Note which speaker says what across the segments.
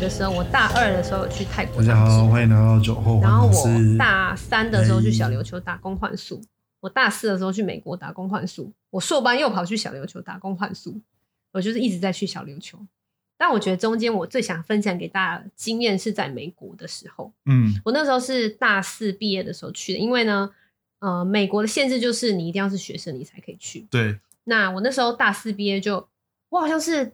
Speaker 1: 的时候，我大二的时候有去泰国
Speaker 2: 大
Speaker 1: 当
Speaker 2: 家好，
Speaker 1: 志，
Speaker 2: 欢迎来到酒后
Speaker 1: 然后
Speaker 2: 我
Speaker 1: 我
Speaker 2: 是
Speaker 1: 大三的时候去小琉球打工换宿，我大四的时候去美国打工换宿，我硕班又跑去小琉球打工换宿，我就是一直在去小琉球。但我觉得中间我最想分享给大家的经验是在美国的时候，
Speaker 2: 嗯
Speaker 1: 我那时候是大四毕业的时候去的，因为呢，呃，美国的限制就是你一定要是学生你才可以去，
Speaker 2: 对
Speaker 1: 那我那时候大四毕业就，我好像是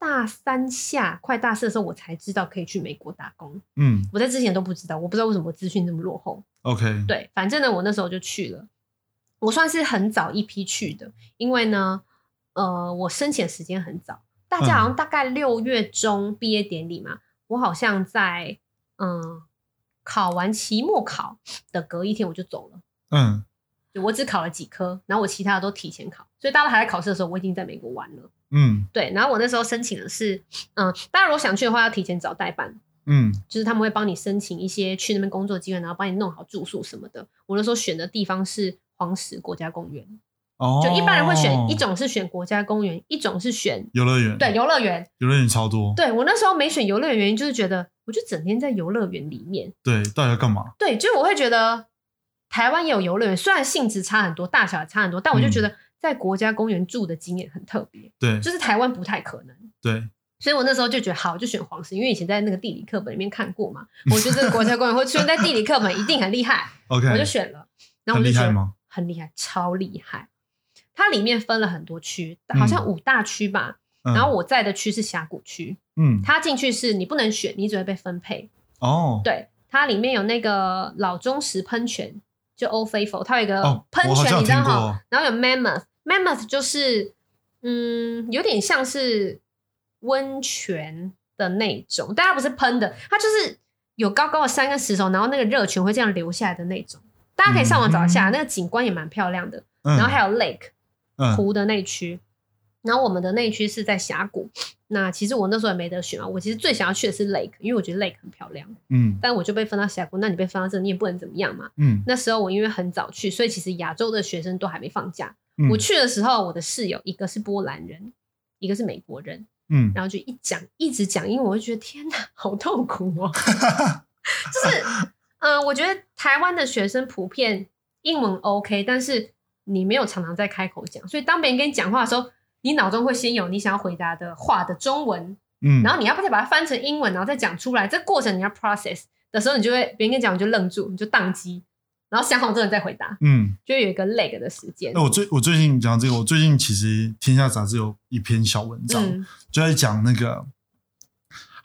Speaker 1: 大三下快大四的时候，我才知道可以去美国打工。
Speaker 2: 嗯
Speaker 1: 我在之前都不知道，我不知道为什么我资讯这么落后。
Speaker 2: OK
Speaker 1: 对，反正呢，我那时候就去了。我算是很早一批去的，因为呢，呃，我申请的时间很早，大家好像大概六月中毕业典礼嘛，我好像在嗯考完期末考的隔一天我就走了。
Speaker 2: 嗯
Speaker 1: 就我只考了几科，然后我其他的都提前考，所以大家还在考试的时候，我已经在美国玩了。
Speaker 2: 嗯
Speaker 1: 对，然后我那时候申请的是，嗯、当然如果想去的话，要提前找代办，
Speaker 2: 嗯
Speaker 1: 就是他们会帮你申请一些去那边工作机会，然后帮你弄好住宿什么的。我那时候选的地方是黄石国家公园，
Speaker 2: 哦，
Speaker 1: 就一般人会选一种是选国家公园，一种是选
Speaker 2: 游乐园，
Speaker 1: 对游乐园。
Speaker 2: 游乐园超多，
Speaker 1: 对我那时候没选游乐园，原因就是觉得我就整天在游乐园里面，
Speaker 2: 对，到底要干嘛？
Speaker 1: 对，就是我会觉得台湾也有游乐园，虽然性质差很多，大小也差很多，但我就
Speaker 2: 嗯
Speaker 1: 觉得在国家公园住的经验很特别，
Speaker 2: 对
Speaker 1: 就是台湾不太可能。
Speaker 2: 对，
Speaker 1: 所以我那时候就觉得好，就选黄石，因为以前在那个地理课本里面看过嘛，我觉得这个国家公园会出现在地理课本，一定很厉 害，
Speaker 2: OK，
Speaker 1: 我就选了。然后
Speaker 2: 很
Speaker 1: 我就
Speaker 2: 厉
Speaker 1: 觉
Speaker 2: 害
Speaker 1: 得
Speaker 2: 吗？
Speaker 1: 很厉害，超厉害。它里面分了很多区，好像五大区吧。
Speaker 2: 嗯
Speaker 1: 然后我在的区是峡谷区，
Speaker 2: 嗯
Speaker 1: 它进去是你不能选，你只会被分配。
Speaker 2: 哦
Speaker 1: 对，它里面有那个老忠实喷泉，就 Old Faithful，它有一个
Speaker 2: 哦
Speaker 1: 呃喷
Speaker 2: 我好
Speaker 1: 泉，
Speaker 2: 像有
Speaker 1: 你知道
Speaker 2: 听过
Speaker 1: 哈？然后有 Mammoth，Mammoth 就是嗯，有点像是温泉的那种，但它不是喷的，它就是有高高的山跟石头，然后那个热泉会这样流下来的那种。大家可以上网找一下，那个景观也蛮漂亮的。
Speaker 2: 嗯，
Speaker 1: 然后还有 Lake，
Speaker 2: 嗯
Speaker 1: 湖的那区，然后我们的那区是在峡谷。那其实我那时候也没得选啊，我其实最想要去的是 Lake，因为我觉得 Lake 很漂亮，
Speaker 2: 嗯
Speaker 1: 但我就被分到峡谷。那你被分到这，你也不能怎么样嘛。
Speaker 2: 嗯
Speaker 1: 那时候我因为很早去，所以其实亚洲的学生都还没放假。
Speaker 2: 嗯，
Speaker 1: 我去的时候，我的室友一个是波兰人，一个是美国人，
Speaker 2: 嗯
Speaker 1: 然后就一讲一直讲英文，我就觉得天哪，好痛苦哦。 就是，嗯、我觉得台湾的学生普遍英文 OK，但是你没有常常在开口讲，所以当别人跟你讲话的时候，你脑中会先有你想要回答的话的中文，
Speaker 2: 嗯，
Speaker 1: 然后你要不再把它翻成英文，然后再讲出来。这过程你要 process 的时候，你就会别人跟你讲，你就愣住，你就宕机，然后想好之后你再回答，
Speaker 2: 嗯，
Speaker 1: 就会有一个 lag 的时间
Speaker 2: 那。我最我最近讲这个，我最近其实《天下》杂志有一篇小文章，
Speaker 1: 嗯
Speaker 2: 就在讲那个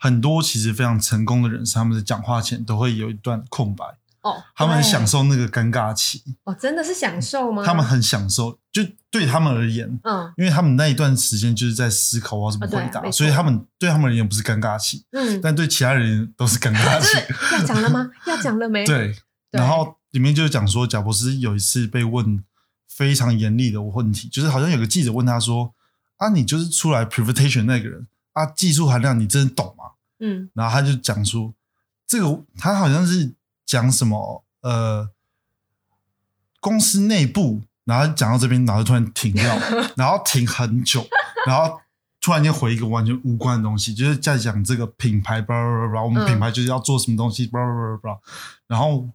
Speaker 2: 很多其实非常成功的人士，他们在讲话前都会有一段空白，
Speaker 1: 哦，
Speaker 2: 他们很
Speaker 1: 对
Speaker 2: 享受那个尴尬期，
Speaker 1: 哦，真的是享受吗？
Speaker 2: 他们很享受，就对他们而言，
Speaker 1: 嗯
Speaker 2: 因为他们那一段时间就是在思考我要怎么
Speaker 1: 啊对啊
Speaker 2: 回答，
Speaker 1: 没错
Speaker 2: 所以他们对他们而言不是尴尬期，
Speaker 1: 嗯，
Speaker 2: 但对其他人都是尴尬
Speaker 1: 就
Speaker 2: 期。
Speaker 1: 是要讲了吗？要讲了没？
Speaker 2: 对，
Speaker 1: 对
Speaker 2: 然后里面就是讲说，贾博士有一次被问非常严厉的问题，就是好像有个记者问他说：“啊，你就是出来 presentation 那个人啊，技术含量你真的懂吗？”
Speaker 1: 嗯
Speaker 2: 然后他就讲出这个，他好像是讲什么呃，公司内部，然后讲到这边，然后突然停掉，然后停很久，然后突然间回一个完全无关的东西，就是在讲这个品牌，叭叭叭叭，我们
Speaker 1: 嗯
Speaker 2: 品牌就是要做什么东西，叭叭叭叭叭，然后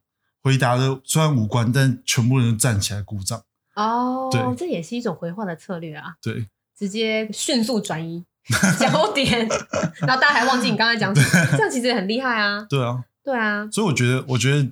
Speaker 2: 回答的虽然无关，但全部人都站起来鼓掌，
Speaker 1: 哦
Speaker 2: 对，
Speaker 1: 这也是一种回话的策略啊，
Speaker 2: 对
Speaker 1: 直接迅速转移 焦点， 然后大家还忘记你刚才讲什么，这样其实也很厉害啊。
Speaker 2: 对啊，
Speaker 1: 对啊，
Speaker 2: 所以我觉得，我觉得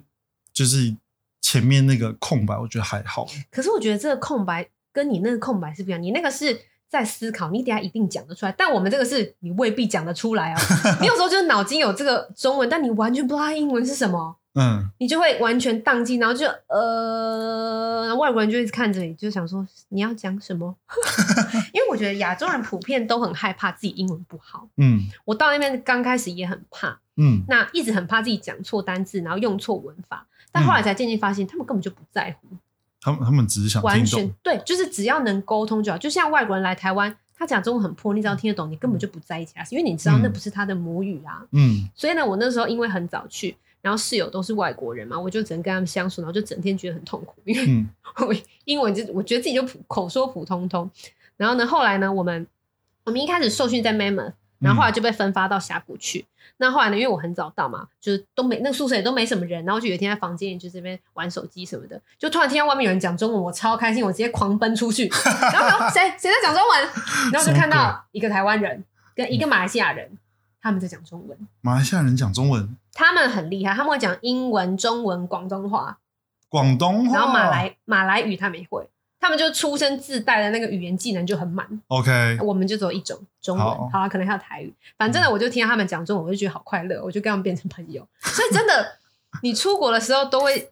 Speaker 2: 就是前面那个空白，我觉得还好，
Speaker 1: 可是我觉得这个空白跟你那个空白是不一样，你那个是。在思考，你等一下一定讲得出来，但我们这个是你未必讲得出来哦。你有时候就是脑筋有这个中文，但你完全不知道它英文是什么，
Speaker 2: 嗯。
Speaker 1: 你就会完全宕机，然后就呃，然后外国人就一直看着你，就想说你要讲什么？ 因为我觉得亚洲人普遍都很害怕自己英文不好，
Speaker 2: 嗯
Speaker 1: 我到那边刚开始也很怕，
Speaker 2: 嗯
Speaker 1: 那一直很怕自己讲错单字，然后用错文法，但后来才渐渐发现，他们根本就不在乎，，
Speaker 2: 他们他们只是想
Speaker 1: 完
Speaker 2: 听
Speaker 1: 全
Speaker 2: 懂，
Speaker 1: 对，就是只要能沟通就好。就像外国人来台湾，他讲中文很破，你只要听得懂，你根本就不在意其他事，因为你知道
Speaker 2: 嗯
Speaker 1: 那不是他的母语啊。
Speaker 2: 嗯
Speaker 1: 所以呢，我那时候因为很早去，然后室友都是外国人嘛，我就只能跟他们相处，然后就整天觉得很痛苦，因为
Speaker 2: 嗯
Speaker 1: 我英文就我觉得自己就普口说普通通。然后呢，后来呢，我们我们一开始受训在 Mammoth，然后后来就被分发到峡谷去。那后来呢，因为我很早到嘛，就是都没那个宿舍也都没什么人，然后就有一天在房间里就这边玩手机什么的，就突然听到外面有人讲中文，我超开心，我直接狂奔出去，然后想说谁谁在讲中文，然后就看到一个台湾人跟一个马来西亚人，他们在讲中文。
Speaker 2: 马来西亚人讲中文、
Speaker 1: 他们很厉害，他们会讲英文、中文、广东话，
Speaker 2: 广东话，
Speaker 1: 然后马来马来语他们也会，他们就出生自带的那个语言技能就很满。
Speaker 2: ，OK，
Speaker 1: 我们就只有一种中文，
Speaker 2: 好
Speaker 1: 好啊，可能还有台语，反正呢，我就听到他们讲中文，我就觉得好快乐，我就跟他们变成朋友。 所以真的，你出国的时候都会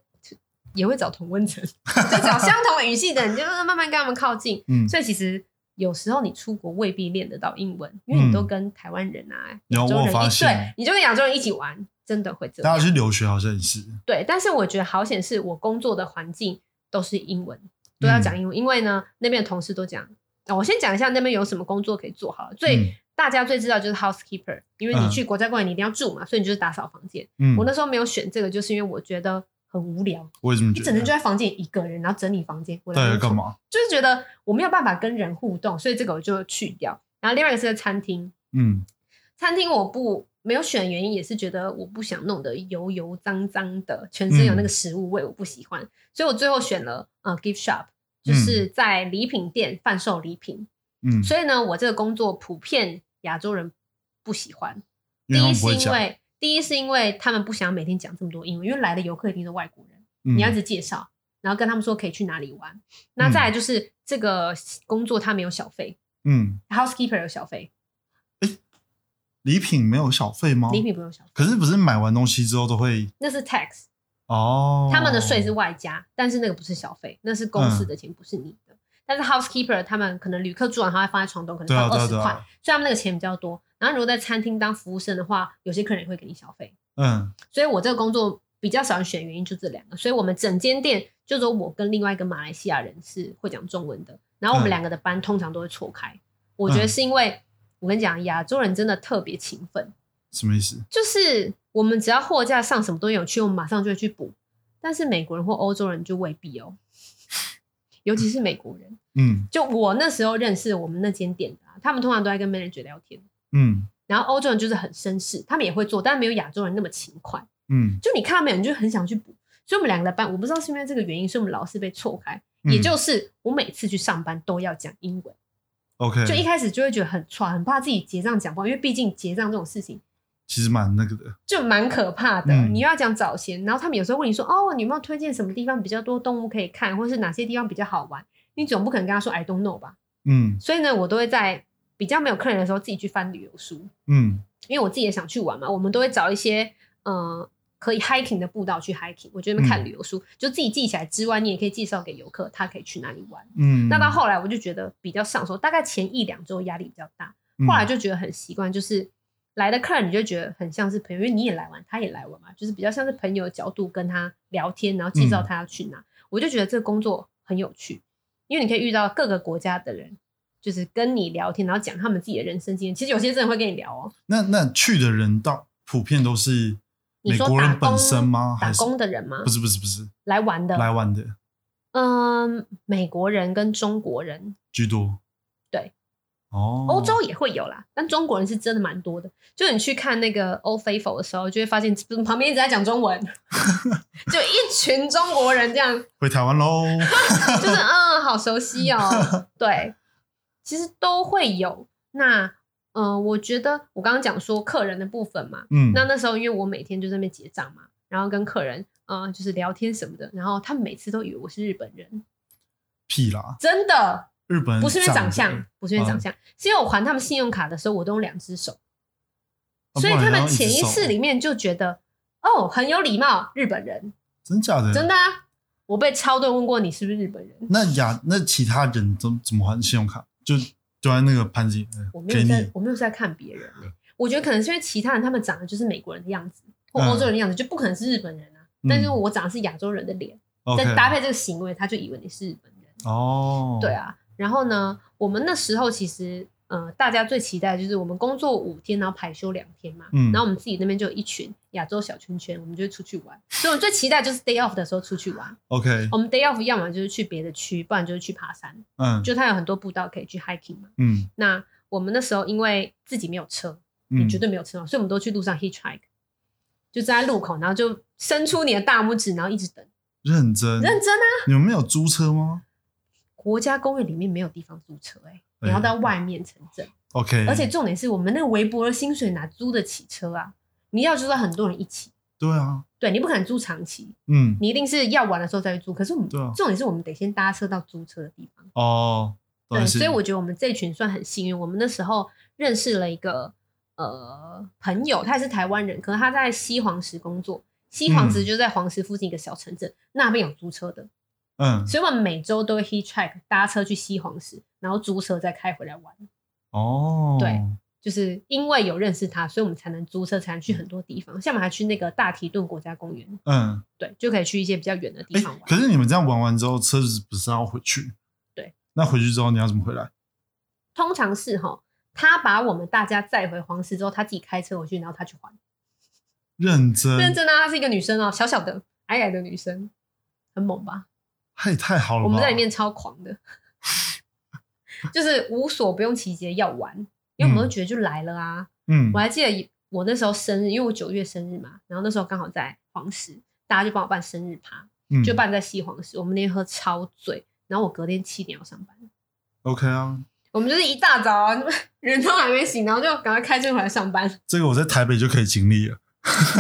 Speaker 1: 也会找同温层，就找相同语系的人，你就慢慢跟他们靠近。
Speaker 2: 嗯，
Speaker 1: 所以其实有时候你出国未必练得到英文，因为你都跟台湾人啊、
Speaker 2: 有
Speaker 1: 亚洲
Speaker 2: 嗯哦我
Speaker 1: 人
Speaker 2: 发
Speaker 1: 一对
Speaker 2: 现，
Speaker 1: 你就跟亚洲人一起玩，真的会这
Speaker 2: 大
Speaker 1: 样
Speaker 2: 家。去留学好像也是，
Speaker 1: 对，但是我觉得好险是我工作的环境都是英文，都要
Speaker 2: 嗯
Speaker 1: 讲英文，因为呢那边的同事都讲。啊，我先讲一下那边有什么工作可以做好了。最、
Speaker 2: 嗯
Speaker 1: 大家最知道就是 housekeeper，因为你
Speaker 2: 嗯
Speaker 1: 去国家公园你一定要住嘛，所以你就是打扫房间。
Speaker 2: 嗯，
Speaker 1: 我
Speaker 2: 我
Speaker 1: 那时候没有选这个，就是因为我觉得很无聊，
Speaker 2: 我也这么
Speaker 1: 你
Speaker 2: 觉
Speaker 1: 整天就
Speaker 2: 得，
Speaker 1: 在房间里一个人，然后整理房间。我来
Speaker 2: 到底在
Speaker 1: 做什
Speaker 2: 啊干
Speaker 1: 么
Speaker 2: 嘛？
Speaker 1: 就是觉得我没有办法跟人互动，所以这个我就去掉。然后另外一个是在餐厅，
Speaker 2: 嗯
Speaker 1: 餐厅我不没有选的原因也是觉得我不想弄得油油脏脏的，全身有
Speaker 2: 嗯
Speaker 1: 那个食物味，我不喜欢，所以我最后选了呃 gift shop，就是在礼品店贩售礼品。
Speaker 2: 嗯，
Speaker 1: 所以呢，我这个工作普遍亚洲人不喜欢，
Speaker 2: 因
Speaker 1: 第
Speaker 2: 为他
Speaker 1: 一
Speaker 2: 们不
Speaker 1: 是
Speaker 2: 会
Speaker 1: 因
Speaker 2: 讲，
Speaker 1: 为第一是因为他们不想每天讲这么多英文，因为来的游客一定是外国人。
Speaker 2: 你
Speaker 1: 你要一直介绍，然后跟他们说可以去哪里玩。那
Speaker 2: 嗯
Speaker 1: 再来就是这个工作他没有小费
Speaker 2: 嗯，
Speaker 1: ，housekeeper 有小费，
Speaker 2: 礼品没有小费吗？
Speaker 1: 礼品不用小费，
Speaker 2: 可是不是买完东西之后都会
Speaker 1: 那是 tax，
Speaker 2: 哦？嗯
Speaker 1: 他们的税是外加，但是那个不是小费，那是公司的钱，不是你的。但是 housekeeper 他们可能旅客住完，他会放在床头，可能
Speaker 2: 对
Speaker 1: 放
Speaker 2: 啊对
Speaker 1: 二
Speaker 2: 啊
Speaker 1: 十
Speaker 2: 对
Speaker 1: 块
Speaker 2: 啊，
Speaker 1: 所以他们那个钱比较多。然后如果在餐厅当服务生的话，有些客人也会给你小费。
Speaker 2: 嗯
Speaker 1: 所以我这个工作比较少人选，原因就这两个。所以我们整间店就只有我跟另外一个马来西亚人是会讲中文的，然后我们
Speaker 2: 嗯
Speaker 1: 两个的班通常都会错开。我觉得是因为我跟你讲，亚洲人真的特别勤奋，
Speaker 2: 什么意思？
Speaker 1: 就是我们只要货架上什么东西有趣，我们马上就会去补。但是美国人或欧洲人就未必哦，尤其是美国人。
Speaker 2: 嗯
Speaker 1: 就我那时候认识我们那间店的啊、他们通常都在跟 manager 聊天，
Speaker 2: 嗯
Speaker 1: 然后欧洲人就是很绅士，他们也会做，但没有亚洲人那么勤快。
Speaker 2: 嗯
Speaker 1: 就你看到没有，你就很想去补。所以我们两个的班，我不知道是因为这个原因，所以我们老是被错开。
Speaker 2: 嗯
Speaker 1: 也就是我每次去上班都要讲英文，
Speaker 2: ，OK，
Speaker 1: 就一开始就会觉得很喘，很怕自己结账讲不好，因为毕竟结账这种事情
Speaker 2: 其实蛮那个的，
Speaker 1: 就蛮可怕的。
Speaker 2: 嗯
Speaker 1: 你又要讲早先，然后他们有时候问你说：“哦，你有没有推荐什么地方比较多动物可以看，或是哪些地方比较好玩？”你总不可能跟他说 “I don't know” 吧？
Speaker 2: 嗯
Speaker 1: 所以呢，我都会在比较没有客人的时候自己去翻旅游书，
Speaker 2: 嗯
Speaker 1: 因为我自己也想去玩嘛，我们都会找一些呃可以 hiking 的步道去 hiking。我觉得看
Speaker 2: 嗯
Speaker 1: 旅游书、就自己记起来之外，你也可以介绍给游客，他可以去哪里玩。
Speaker 2: 嗯。
Speaker 1: 那到后来我就觉得比较上手，大概前一两周压力比较大，
Speaker 2: 嗯
Speaker 1: 后来就觉得很习惯，就是来的客人你就觉得很像是朋友，因为你也来玩，他也来玩嘛，就是比较像是朋友的角度跟他聊天，然后介
Speaker 2: 嗯
Speaker 1: 绍他要去哪。我就觉得这个工作很有趣，因为你可以遇到各个国家的人。就是跟你聊天，然后讲他们自己的人生经验。其实有些真的会跟你聊哦，
Speaker 2: 那那去的人到普遍都是
Speaker 1: 你
Speaker 2: 美
Speaker 1: 说
Speaker 2: 国
Speaker 1: 打
Speaker 2: 人
Speaker 1: 工
Speaker 2: 本身吗？
Speaker 1: 打
Speaker 2: 还是
Speaker 1: 工的人吗
Speaker 2: 不？是不是不是
Speaker 1: 来玩的，
Speaker 2: 来玩的
Speaker 1: 嗯，美国人跟中国人，
Speaker 2: 居多。
Speaker 1: 对，
Speaker 2: 哦，
Speaker 1: 欧洲也会有啦，但中国人是真的蛮多的。就你去看那个《Old Faithful》的时候，就会发现旁边一直在讲中 文，就一群中国人这样，
Speaker 2: 回台湾 喽。
Speaker 1: 就是嗯，好熟悉 哦。对，其实都会有。那嗯、呃我觉得我刚刚讲说客人的部分嘛，
Speaker 2: 嗯，
Speaker 1: 那那时候因为我每天就在那边结账嘛，然后跟客人呃就是聊天什么的，然后他们每次都以为我是日本人，
Speaker 2: 屁啦，
Speaker 1: 真的
Speaker 2: 日本人
Speaker 1: 不是因为长
Speaker 2: 得
Speaker 1: 相，啊不是因为长相，是因为我还他们信用卡的时候我都用两只手，
Speaker 2: 啊
Speaker 1: 所以
Speaker 2: 不
Speaker 1: 他
Speaker 2: 然还
Speaker 1: 们
Speaker 2: 要一只
Speaker 1: 潜意
Speaker 2: 手
Speaker 1: 识里面就觉得哦很有礼貌，日本人
Speaker 2: 真假的
Speaker 1: 真的啊，我被超多人问过你是不是日本人，
Speaker 2: 那亚那其他人怎么怎么还信用卡？就就在那个盘子里，呃
Speaker 1: 我没
Speaker 2: 给
Speaker 1: 有在
Speaker 2: 你，
Speaker 1: 我没有在看别人欸、我觉得可能是因为其他人他们长得就是美国人的样子或
Speaker 2: 嗯
Speaker 1: 欧洲人的样子，就不可能是日本人啊，但是我长的是亚洲人的脸。再
Speaker 2: OK
Speaker 1: 搭配这个行为，他就以为你是日本人。
Speaker 2: 哦，
Speaker 1: 对，啊，然后呢，我们那时候其实，呃，大家最期待的就是我们工作五天，然后排休两天嘛，
Speaker 2: 嗯
Speaker 1: 然后我们自己那边就有一群亚洲小圈圈，我们就会出去玩。所以我们最期待就是 day off 的时候出去玩。
Speaker 2: ，OK，
Speaker 1: 我们 day off 要么就是去别的区，不然就是去爬山，
Speaker 2: 嗯
Speaker 1: 就它有很多步道可以去 hiking 嘛。
Speaker 2: 嗯
Speaker 1: 那我们那时候因为自己没有车，
Speaker 2: 嗯
Speaker 1: 你绝对没有车嘛，所以我们都去路上 hitchhike，就站在路口，然后就伸出你的大拇指，然后一直等。
Speaker 2: 认真，
Speaker 1: 认真啊！
Speaker 2: 你们没有租车吗
Speaker 1: 国家公园里面没有地方租车、欸，哎，你要
Speaker 2: 哎
Speaker 1: 到外面城镇。
Speaker 2: ？OK，
Speaker 1: 而且重点是我们那个微薄的薪水哪租得起车啊？你要就是很多人一起，
Speaker 2: 对啊，
Speaker 1: 对你不可能租长期，
Speaker 2: 嗯，
Speaker 1: 你一定是要玩的时候再去租。可是我们、
Speaker 2: 对啊
Speaker 1: 重点是我们得先搭车到租车的地方。
Speaker 2: 哦，
Speaker 1: 对，
Speaker 2: 但是
Speaker 1: 所以我觉得我们这群算很幸运。我们那时候认识了一个呃朋友，他也是台湾人，可是他在西黄石工作。西黄石就在黄石附近一个小城镇，那边有租车的，
Speaker 2: 嗯，
Speaker 1: 所以我们每周都会 hitchhike 搭车去西黄石，然后租车再开回来玩。
Speaker 2: 哦，
Speaker 1: 对，就是因为有认识他，所以我们才能租车，才能去很多地方。像我们还去那个大提顿国家公园，
Speaker 2: 嗯，
Speaker 1: 对，就可以去一些比较远的地
Speaker 2: 哎、
Speaker 1: 方玩。
Speaker 2: 可是你们这样玩完之后，车子不是要回去？
Speaker 1: 对，
Speaker 2: 那回去之后你要怎么回来？
Speaker 1: 通常是哈，他把我们大家载回黄石之后，他自己开车回去，然后他去还。
Speaker 2: 认真，
Speaker 1: 认真啊，她是一个女生哦、小小的、矮矮的女生，很猛吧？
Speaker 2: 太太好了吧，
Speaker 1: 我们在里面超狂的，就是无所不用其极地要玩，因为我们
Speaker 2: 嗯
Speaker 1: 会觉得就来了啊。
Speaker 2: 嗯
Speaker 1: 我还记得我那时候生日，因为我九月生日嘛，然后那时候刚好在黄石，大家就帮我办生日趴。
Speaker 2: 嗯
Speaker 1: 就办在西黄市，我们那天喝超醉，然后我隔天七点要上班，
Speaker 2: OK 啊。
Speaker 1: 我们就是一大早、啊、人都还没醒，然后就赶快开车回来上 班。
Speaker 2: 这个我在台北就可以经历了。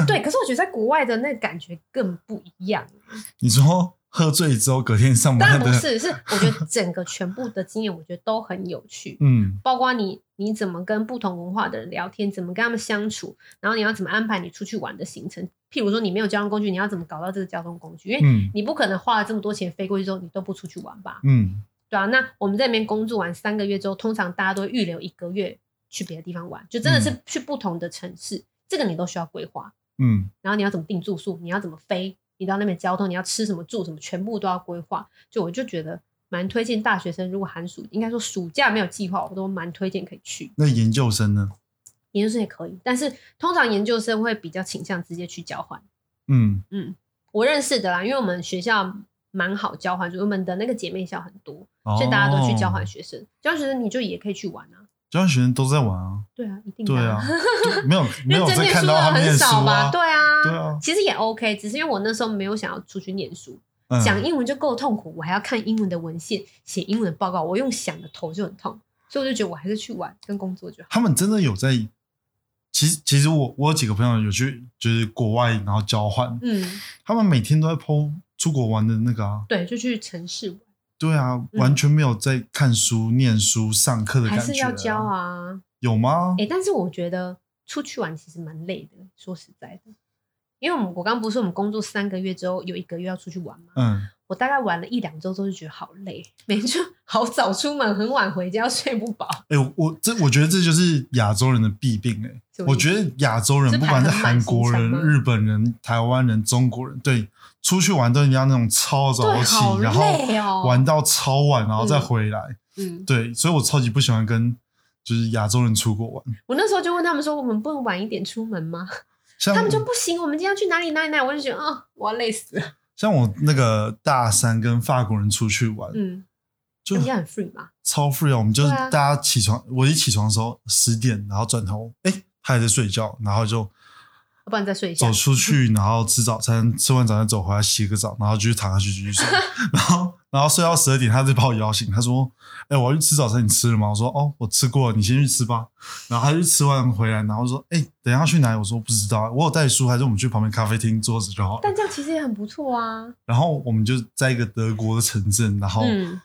Speaker 1: 对，可是我觉得在国外的那感觉更不一样。啊
Speaker 2: 你说喝醉之后隔天 上
Speaker 1: 当然
Speaker 2: 班
Speaker 1: 不
Speaker 2: 的，
Speaker 1: 是，是我觉得整个全部的经验，我觉得都很有趣，
Speaker 2: 嗯
Speaker 1: 包括你你怎么跟不同文化的人聊天，怎么跟他们相处，然后你要怎么安排你出去玩的行程。譬如说你没有交通工具，你要怎么搞到这个交通工具？因为
Speaker 2: 嗯
Speaker 1: 你不可能花了这么多钱飞过去之后，你都不出去玩吧？
Speaker 2: 嗯，
Speaker 1: 对啊，那我们在那边工作完三个月之后，通常大家都会预留一个月去别的地方玩，就真的是去不同的城市，这个你都需要规划。
Speaker 2: 嗯
Speaker 1: 然后你要怎么订住宿，你要怎么飞，你到那边交通，你要吃什么住什么，全部都要规划。就我就觉得蛮推荐大学生，如果寒暑应该说暑假没有计划，我都蛮推荐可以去。
Speaker 2: 那研究生呢？
Speaker 1: 研究生也可以，但是通常研究生会比较倾向直接去交换。
Speaker 2: 嗯
Speaker 1: 我认识的啦，因为我们学校蛮好交换，就我们的那个姐妹校很多，所以大家都去交换
Speaker 2: 哦
Speaker 1: 学生。交换学生你就也可以去玩啊。
Speaker 2: 交换学生都在玩啊，
Speaker 1: 对啊，一定的
Speaker 2: 对啊，没有没
Speaker 1: 认
Speaker 2: 有
Speaker 1: 真
Speaker 2: 在
Speaker 1: 念
Speaker 2: 看
Speaker 1: 书
Speaker 2: 到
Speaker 1: 的
Speaker 2: 他们
Speaker 1: 很
Speaker 2: 念书
Speaker 1: 少吧？
Speaker 2: 啊，
Speaker 1: 对啊，
Speaker 2: 对啊
Speaker 1: 其实也 OK，只是因为我那时候没有想要出去念书，
Speaker 2: 嗯
Speaker 1: 讲英文就够痛苦，我还要看英文的文献，写英文的报告，我用想的头就很痛，所以我就觉得我还是去玩跟工作就好。
Speaker 2: 他们真的有在。其实，其实我我有几个朋友有去，就是国外然后交换，
Speaker 1: 嗯，
Speaker 2: 他们每天都在 PO 出国玩的那个啊，
Speaker 1: 对，就去城市玩，
Speaker 2: 对啊，
Speaker 1: 嗯
Speaker 2: 完全没有在看书、念书、上课的
Speaker 1: 还
Speaker 2: 感觉、
Speaker 1: 是要教？啊。
Speaker 2: 有吗？
Speaker 1: 哎、但是我觉得出去玩其实蛮累的，说实在的，因为我们我刚不是说我们工作三个月之后有一个月要出去玩吗？
Speaker 2: 嗯，
Speaker 1: 我大概玩了一两周之后就觉得好累，每天就好早出门，很晚回家，睡不饱。
Speaker 2: 哎、我我这我觉得这就是亚洲人的弊病哎、
Speaker 1: 什么
Speaker 2: 我
Speaker 1: 意思
Speaker 2: 觉得亚洲人
Speaker 1: 是
Speaker 2: 不管是
Speaker 1: 排很满
Speaker 2: 韩国人
Speaker 1: 行程、吗
Speaker 2: 日本人、台湾人、中国人，对，出去玩都一定要那种超早
Speaker 1: 对，
Speaker 2: 起，
Speaker 1: 好
Speaker 2: 然后
Speaker 1: 累哦。
Speaker 2: 玩到超晚，然后再回来。
Speaker 1: 嗯，
Speaker 2: 对，所以我超级不喜欢跟就是亚洲人出国玩，
Speaker 1: 我那时候就问他们说，我们不能晚一点出门吗？
Speaker 2: 像
Speaker 1: 他们就不行，我们今天要去哪里哪里哪里，我就觉得啊、我要累死 了。
Speaker 2: 像我那个大三跟法国人出去玩，
Speaker 1: 嗯，
Speaker 2: 就
Speaker 1: 人家很 free 嘛，
Speaker 2: 超 free 啊！我们就是
Speaker 1: 对啊
Speaker 2: 大家起床，我一起床的时候十点，然后转头，哎、他还在睡觉，然后就
Speaker 1: 要不然再睡一下
Speaker 2: 走。出去，然后吃早餐，吃完早餐走回来洗个澡，然后继续躺下去继 续睡，然后然后睡到十二点，他就把我摇醒，他说：“哎、我要去吃早餐，你吃了吗？”我说：“哦，我吃过了，你先去吃吧。”然后他就吃完回来，然后说：“哎、等一下要去哪里？”我说：“不知道，啊我有带书，还是我们去旁边咖啡厅坐着就好了。
Speaker 1: 但这样其实也很不错啊。”
Speaker 2: 然后我们就在一个德国的城镇，然后、
Speaker 1: 嗯，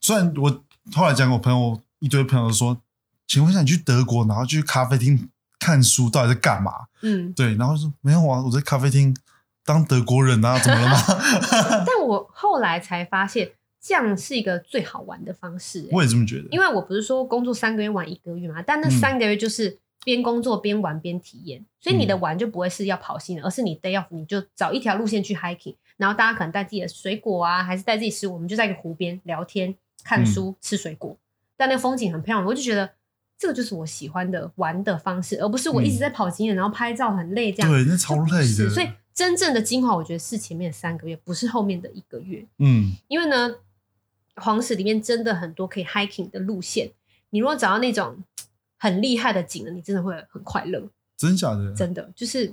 Speaker 2: 虽然我后来讲给我朋友一堆朋友说，请问一下，你去德国，然后去咖啡厅看书，到底在干嘛？
Speaker 1: 嗯，
Speaker 2: 对，然后就说没有啊，我在咖啡厅当德国人啊，怎么了 吗？
Speaker 1: 但我后来才发现，这样是一个最好玩的方式、欸
Speaker 2: 我也这么觉得。
Speaker 1: 因为我不是说工作三个月玩一个月嘛，但
Speaker 2: 嗯
Speaker 1: 那三个月就是边工作边玩边体验，所以你的
Speaker 2: 嗯
Speaker 1: 玩就不会是要跑新的，而是你 day off 你就找一条路线去 hiking，然后大家可能带自己的水果啊，还是带自己食物，我们就在一个湖边聊天、
Speaker 2: 嗯
Speaker 1: 看书、吃水果，但那个风景很漂亮，我就觉得。这个就是我喜欢的玩的方式，而不是我一直在跑景点，然后拍照很累这样。
Speaker 2: 嗯对，那超累
Speaker 1: 是
Speaker 2: 的。
Speaker 1: 所以真正的精华，我觉得是前面的三个月，不是后面的一个月。
Speaker 2: 嗯
Speaker 1: 因为呢，黄石里面真的很多可以 hiking 的路线，你如果找到那种很厉害的景呢，你真的会很快乐，
Speaker 2: 真假的？
Speaker 1: 真的就是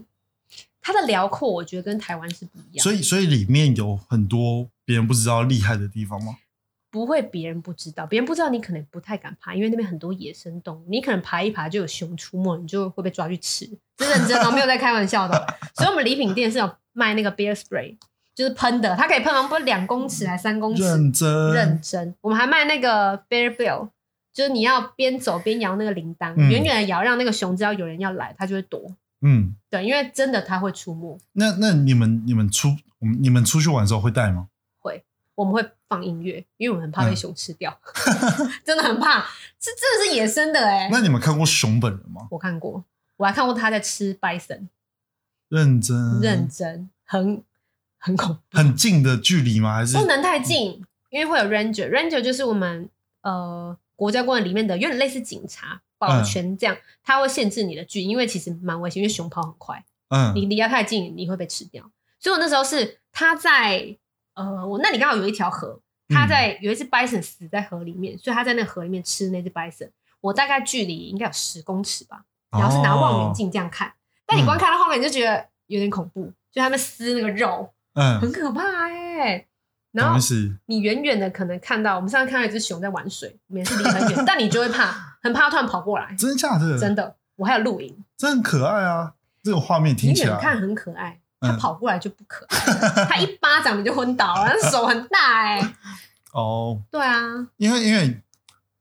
Speaker 1: 它的辽阔，我觉得跟台湾是不一样的，
Speaker 2: 所以所以里面有很多别人不知道厉害的地方吗？
Speaker 1: 不会别人不知道，别人不知道你可能不太敢爬，因为那边很多野生动物，你可能爬一爬就有熊出没，你就会被抓去吃，是认真的，没有在开玩笑的。哦所以我们礼品店是有卖那个 bear spray，就是喷的，它可以喷完不是两公尺还三公尺，
Speaker 2: 认真
Speaker 1: 认真。
Speaker 2: 嗯
Speaker 1: 我们还卖那个 bear bell，就是你要边走边摇那个铃铛，
Speaker 2: 嗯
Speaker 1: 远远的摇，让那个熊知道有人要来，它就会躲。
Speaker 2: 嗯，
Speaker 1: 对，因为真的它会出没，
Speaker 2: 那那你们你们出我们你们出去玩的时候会带吗？
Speaker 1: 我们会放音乐，因为我们很怕被
Speaker 2: 嗯
Speaker 1: 熊吃掉， 真的很怕，是真的是野生的哎、
Speaker 2: 那你们看过熊本人吗？
Speaker 1: 我看过，我还看过它在吃 bison，、
Speaker 2: 认真
Speaker 1: 认真，很很恐怖，
Speaker 2: 很近的距离吗？还是
Speaker 1: 不能太近，因为会有 ranger，ranger 就是我们呃国家公园里面的有点类似警察。保
Speaker 2: 嗯
Speaker 1: 全这样，它会限制你的距离，因为其实蛮危险，因为熊跑很快。
Speaker 2: 嗯
Speaker 1: 你离得太近，你会被吃掉。所以我那时候是他在呃，我那里刚好有一条河，
Speaker 2: 嗯
Speaker 1: 他在、有一只 bison 死在河里面，所以他在那个河里面吃那只 bison。我大概距离应该有十公尺吧，
Speaker 2: 哦
Speaker 1: 然后是拿望远镜这样看，但你
Speaker 2: 嗯
Speaker 1: 光看到后面你就觉得有点恐怖，就他们撕那个肉，
Speaker 2: 嗯，
Speaker 1: 很可怕哎、然
Speaker 2: 什么
Speaker 1: 后
Speaker 2: 意思？
Speaker 1: 你远远的可能看到，我们上次看到一只熊在玩水，我们也是离很 远，但你就会怕，很怕它突然跑过来，
Speaker 2: 真假的？
Speaker 1: 真
Speaker 2: 的，
Speaker 1: 的。我还有录影，
Speaker 2: 这很可爱啊！这个画面
Speaker 1: 你
Speaker 2: 听起
Speaker 1: 远看
Speaker 2: 来，
Speaker 1: 很可爱，
Speaker 2: 嗯
Speaker 1: 他跑过来就不可爱了， 他一巴掌你就昏倒了，他手很大哎、
Speaker 2: 哦，
Speaker 1: 对啊，
Speaker 2: 因为因为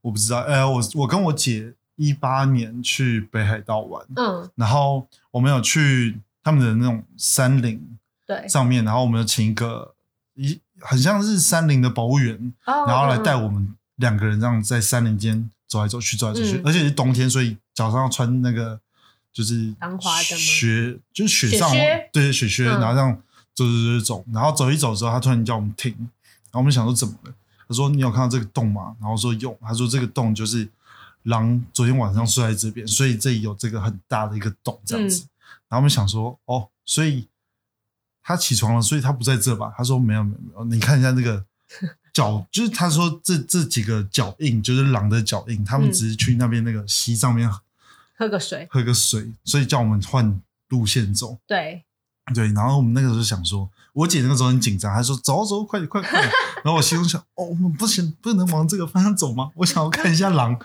Speaker 2: 我不知道，呃，我我跟我姐一八年去北海道玩，
Speaker 1: 嗯，
Speaker 2: 然后我们有去他们的那种山林
Speaker 1: 对，
Speaker 2: 上面，然后我们有请一个一很像是山林的保务员，
Speaker 1: 哦
Speaker 2: 然后来带
Speaker 1: 嗯
Speaker 2: 我们两个人这样在山林间走来走去，走来走去，
Speaker 1: 嗯
Speaker 2: 而且是冬天，所以脚上要穿那个就是
Speaker 1: 防滑的吗
Speaker 2: 雪，就是雪上
Speaker 1: 雪靴
Speaker 2: 对雪靴，
Speaker 1: 嗯
Speaker 2: 然后这样走走走走，然后走一走之后，他突然叫我们停，然后我们想说怎么了？他说你有看到这个洞吗？然后我说有，他说这个洞就是狼昨天晚上睡在这边，所以这里有这个很大的一个洞这样
Speaker 1: 嗯
Speaker 2: 子。然后我们想说哦，所以他起床了，所以他不在这吧？他说没有没有没有，你看一下这 个脚，就是他说这这几个脚印就是狼的脚印，他们
Speaker 1: 嗯
Speaker 2: 只是去那边那个溪上面
Speaker 1: 喝个水，
Speaker 2: 喝个水，所以叫我们换路线走。
Speaker 1: 对，
Speaker 2: 对，然后我们那个时候想说，我姐那个时候很紧张，她说走走，快点快点快点。然后我心中想，哦，我们不行，不能往这个方向走吗？我想要看一下狼。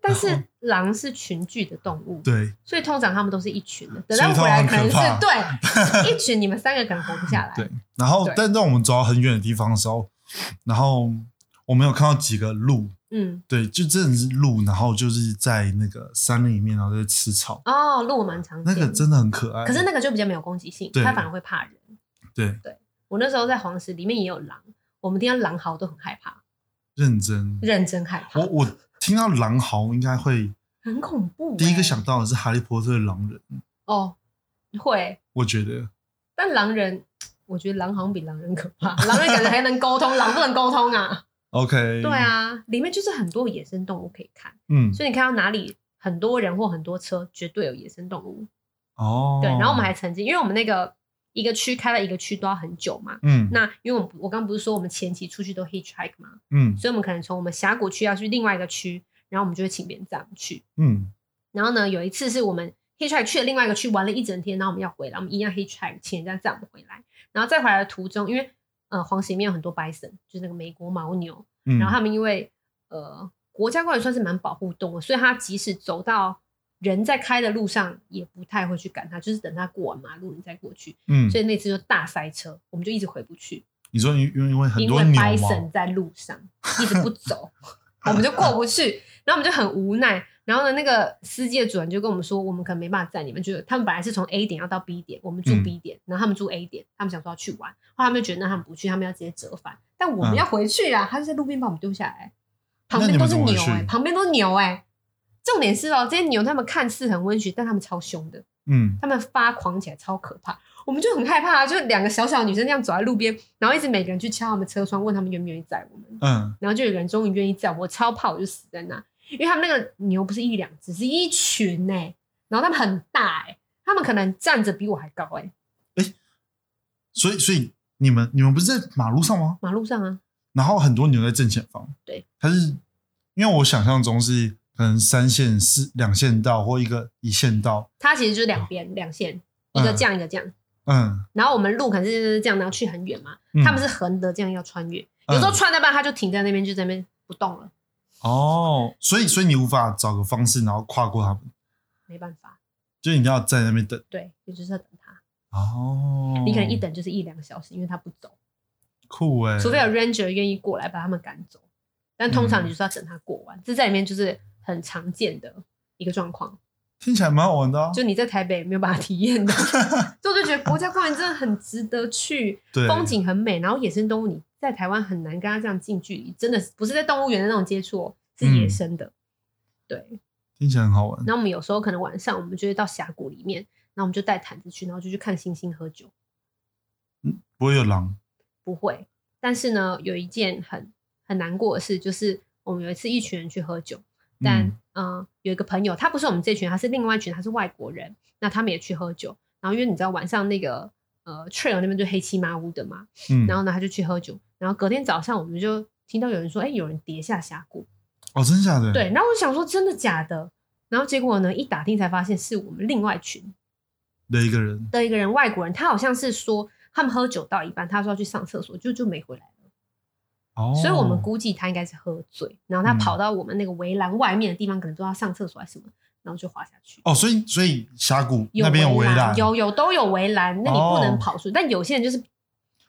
Speaker 1: 但是狼是群聚的动物，
Speaker 2: 对，
Speaker 1: 所以通常他们都是一群的，等
Speaker 2: 所
Speaker 1: 到
Speaker 2: 以
Speaker 1: 回来
Speaker 2: 通
Speaker 1: 可
Speaker 2: 常
Speaker 1: 能
Speaker 2: 很
Speaker 1: 是
Speaker 2: 可
Speaker 1: 对一群，你们三个可能活不下来，
Speaker 2: 对，然后
Speaker 1: 对
Speaker 2: 但当我们走到很远的地方的时候，然后我们有看到几个鹿，
Speaker 1: 嗯，
Speaker 2: 对，就真的是鹿，然后就是在那个山林里面，然后在吃草，
Speaker 1: 哦，鹿蛮常
Speaker 2: 那
Speaker 1: 见
Speaker 2: 个
Speaker 1: 的
Speaker 2: 真的很可爱。
Speaker 1: 可是那个就比较没有攻击性，
Speaker 2: 对
Speaker 1: 它反而会怕人。
Speaker 2: 对，
Speaker 1: 我那时候在黄石里面也有狼，我们听到狼嚎都很害怕，
Speaker 2: 认真，
Speaker 1: 认真害怕
Speaker 2: 我，我听到狼嚎应该会
Speaker 1: 很恐怖欸、
Speaker 2: 第一个想到的是《哈利波特》的狼人，
Speaker 1: 哦，会，
Speaker 2: 我觉得
Speaker 1: 但狼人，我觉得狼好像比狼人可怕。狼人感觉还能沟通，狼不能沟通 啊。
Speaker 2: OK，
Speaker 1: 对，啊，里面就是很多野生动物可以看，
Speaker 2: 嗯，
Speaker 1: 所以你看到哪里很多人或很多车，绝对有野生动物。
Speaker 2: 哦，
Speaker 1: 对，然后我们还曾经，因为我们那个一个区开了一个区都要很久嘛。
Speaker 2: 嗯
Speaker 1: 那因为我们我刚不是说我们前期出去都 hitchhike 嘛，
Speaker 2: 嗯
Speaker 1: 所以我们可能从我们峡谷区要去另外一个区，然后我们就会请别人载我们去。
Speaker 2: 嗯
Speaker 1: 然后呢，有一次是我们 hitchhike 去了另外一个区玩了一整天，然后我们要回来，我们一样 hitchhike 请人家载我们回来。然后再回来的途中，因为呃黄石里面有很多 bison，就是那个美国牦牛，
Speaker 2: 嗯，
Speaker 1: 然后他们因为呃国家公园算是蛮保护动物，所以它即使走到人在开的路上，也不太会去赶它，就是等它过完马路你再过去。
Speaker 2: 嗯，
Speaker 1: 所以那次就大塞车，我们就一直回不去，
Speaker 2: 你说因因为因为很
Speaker 1: 因
Speaker 2: 多
Speaker 1: 为
Speaker 2: 牛吗？
Speaker 1: bison 在路上一直不 走，我们就过不去，然后我们就很无奈。然后呢，那个司机的主人就跟我们说，我们可能没办法载你们，就是他们本来是从 A 点要到 B 点，我们住
Speaker 2: 嗯
Speaker 1: B 点，然后他们住 A 点，他们想说要去玩，后来他们就觉得那他们不去，他们要直接折返，但我们
Speaker 2: 嗯
Speaker 1: 要回去啊，他就在路边把我们丢下来，旁
Speaker 2: 那
Speaker 1: 边
Speaker 2: 你
Speaker 1: 都
Speaker 2: 们
Speaker 1: 是
Speaker 2: 怎么回
Speaker 1: 牛哎、
Speaker 2: 去
Speaker 1: 旁边都是牛哎、重点是哦，这些牛他们看似很温驯，但他们超凶的，
Speaker 2: 嗯，
Speaker 1: 他们发狂起来超可怕，我们就很害怕、啊，就两个小小的女生这样走在路边，然后一直每个人去敲他们车窗，问他们愿不愿意载我们，
Speaker 2: 嗯
Speaker 1: 然后就有人终于愿意载我，我超怕我就死在那，因为他们那个牛不是一两只，是一群哎、然后他们很大哎、他们可能站着比我还高哎、
Speaker 2: 所以所以你们你们不是在马路上吗？
Speaker 1: 马路上啊，
Speaker 2: 然后很多牛在正前方，
Speaker 1: 对，
Speaker 2: 它是因为我想象中是可能三线、四两线道或一个一线道，
Speaker 1: 它其实就是两
Speaker 2: 哦
Speaker 1: 边两线，一个这样一个这样。
Speaker 2: 嗯，
Speaker 1: 然后我们路可能是这样，然后去很远嘛，
Speaker 2: 嗯
Speaker 1: 他们是横的这样要穿越，
Speaker 2: 嗯
Speaker 1: 有时候穿到半他就停在那边，就在那边不动了，
Speaker 2: 哦，所以所以你无法找个方式，然后跨过他们，
Speaker 1: 没办法，
Speaker 2: 就你要在那边等。
Speaker 1: 对，你就是要等他，
Speaker 2: 哦，
Speaker 1: 你可能一等就是一两个小时，因为他不走，
Speaker 2: 酷哎、
Speaker 1: 除非有 ranger 愿意过来把他们赶走，但通常
Speaker 2: 嗯
Speaker 1: 你就是要等他过完，这在里面就是很常见的一个状况，
Speaker 2: 听起来蛮好玩的、啊，
Speaker 1: 就你在台北没有办法体 验的，所以我就觉得国家公园真的很值得去，
Speaker 2: 对
Speaker 1: 风景很美，然后野生动物你在台湾很难跟它这样近距离，真的是不是在动物园的那种接触哦，是野
Speaker 2: 嗯
Speaker 1: 生的。对，
Speaker 2: 听起来很好玩。
Speaker 1: 然后我们有时候可能晚上我们就会到峡谷里面，然后我们就带毯子去，然后就去看星星喝酒，
Speaker 2: 不会有狼，
Speaker 1: 不会。但是呢，有一件很很难过的事，就是我们有一次一群人去喝酒，但
Speaker 2: 嗯
Speaker 1: 嗯、呃有一个朋友，他不是我们这群，他是另外一群，他是外国人，那他们也去喝酒，然后因为你知道晚上那个呃 trail 那边就黑漆麻乌的嘛，
Speaker 2: 嗯，
Speaker 1: 然后呢，他就去喝酒。然后隔天早上，我们就听到有人说：“哎、有人跌下峡谷。
Speaker 2: 哦，真假的？”，
Speaker 1: 对，然后我想说，真的假的？然后结果呢，一打听才发现是我们另外群
Speaker 2: 的一个人，
Speaker 1: 的一个人，外国人，他好像是说他们喝酒到一半，他说要去上厕所，就就没回来了。
Speaker 2: 哦，
Speaker 1: 所以我们估计他应该是喝醉，然后他
Speaker 2: 嗯
Speaker 1: 跑到我们那个围栏外面的地方，可能都要上厕所还是什么，然后就滑下去。
Speaker 2: 哦，所以所以峡谷
Speaker 1: 有
Speaker 2: 那边有围栏，
Speaker 1: 有有都有围栏，那你不
Speaker 2: 哦
Speaker 1: 能跑出去。但有些人就是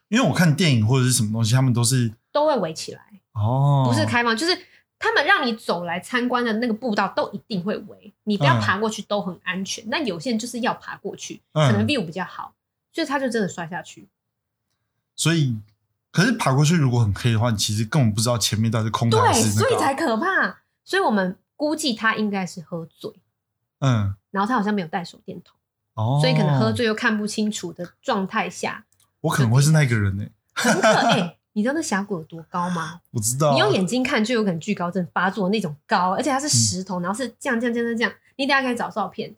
Speaker 2: 因为我看电影或者是什么东西，他们都是
Speaker 1: 都会围起来，
Speaker 2: 哦，
Speaker 1: 不是开放，就是他们让你走来参观的那个步道都一定会围，你不要
Speaker 2: 嗯
Speaker 1: 爬过去都很安全。但有些人就是要爬过去，可能
Speaker 2: 嗯，
Speaker 1: view 比较好，所以他就真的摔下去。
Speaker 2: 所以可是爬过去如果很黑的话，你其实根本不知道前面到底是空的还
Speaker 1: 对，
Speaker 2: 是那
Speaker 1: 所以
Speaker 2: 个
Speaker 1: 才
Speaker 2: 啊，
Speaker 1: 可怕。所以我们估计他应该是喝醉，
Speaker 2: 嗯，
Speaker 1: 然后他好像没有带手电筒，
Speaker 2: 哦，
Speaker 1: 所以可能喝，醉又看不清楚的状态下，
Speaker 2: 我可能会是那个人呢、
Speaker 1: 很可哎、你知道那峡谷有多高吗？
Speaker 2: 我知道，啊
Speaker 1: 你用眼睛看就有可能惧高症发作那种高，而且它是石头，然后是这样这样这样这样。你等一下可以找照片。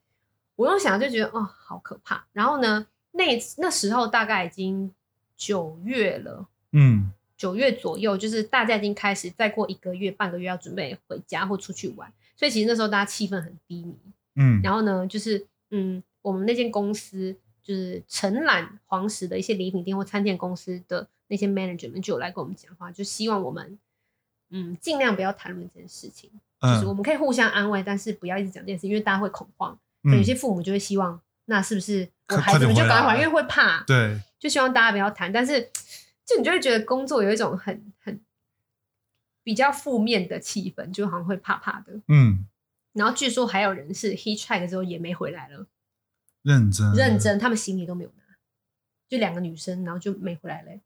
Speaker 1: 我用想就觉得哦，好可怕。然后呢，那那时候大概已经九月了，
Speaker 2: 嗯
Speaker 1: 九月左右，就是大家已经开始再过一个月、半个月要准备回家或出去玩，所以其实那时候大家气氛很低迷。
Speaker 2: 嗯，
Speaker 1: 然后呢，就是嗯，我们那间公司就是承揽黄石的一些礼品店或餐店公司的那些 manager 们就有来跟我们讲话，就希望我们嗯尽量不要谈论这件事情，就是我
Speaker 2: 嗯
Speaker 1: 们可以互相安慰，但是不要一直讲这件事，因为大家会恐慌。
Speaker 2: 嗯，
Speaker 1: 有些父母就会希望，那是不是我
Speaker 2: 快
Speaker 1: 孩子们就
Speaker 2: 快点回来
Speaker 1: 赶快回来，因为会怕，
Speaker 2: 对，
Speaker 1: 就希望大家不要谈。但是就你就会觉得工作有一种很很比较负面的气氛，就好像会怕怕的。
Speaker 2: 嗯，
Speaker 1: 然后据说还有人是 hitchhike 之后也没回来了，
Speaker 2: 认真
Speaker 1: 认，真，他们行李都没有拿，就两个女生，然后就没回来嘞。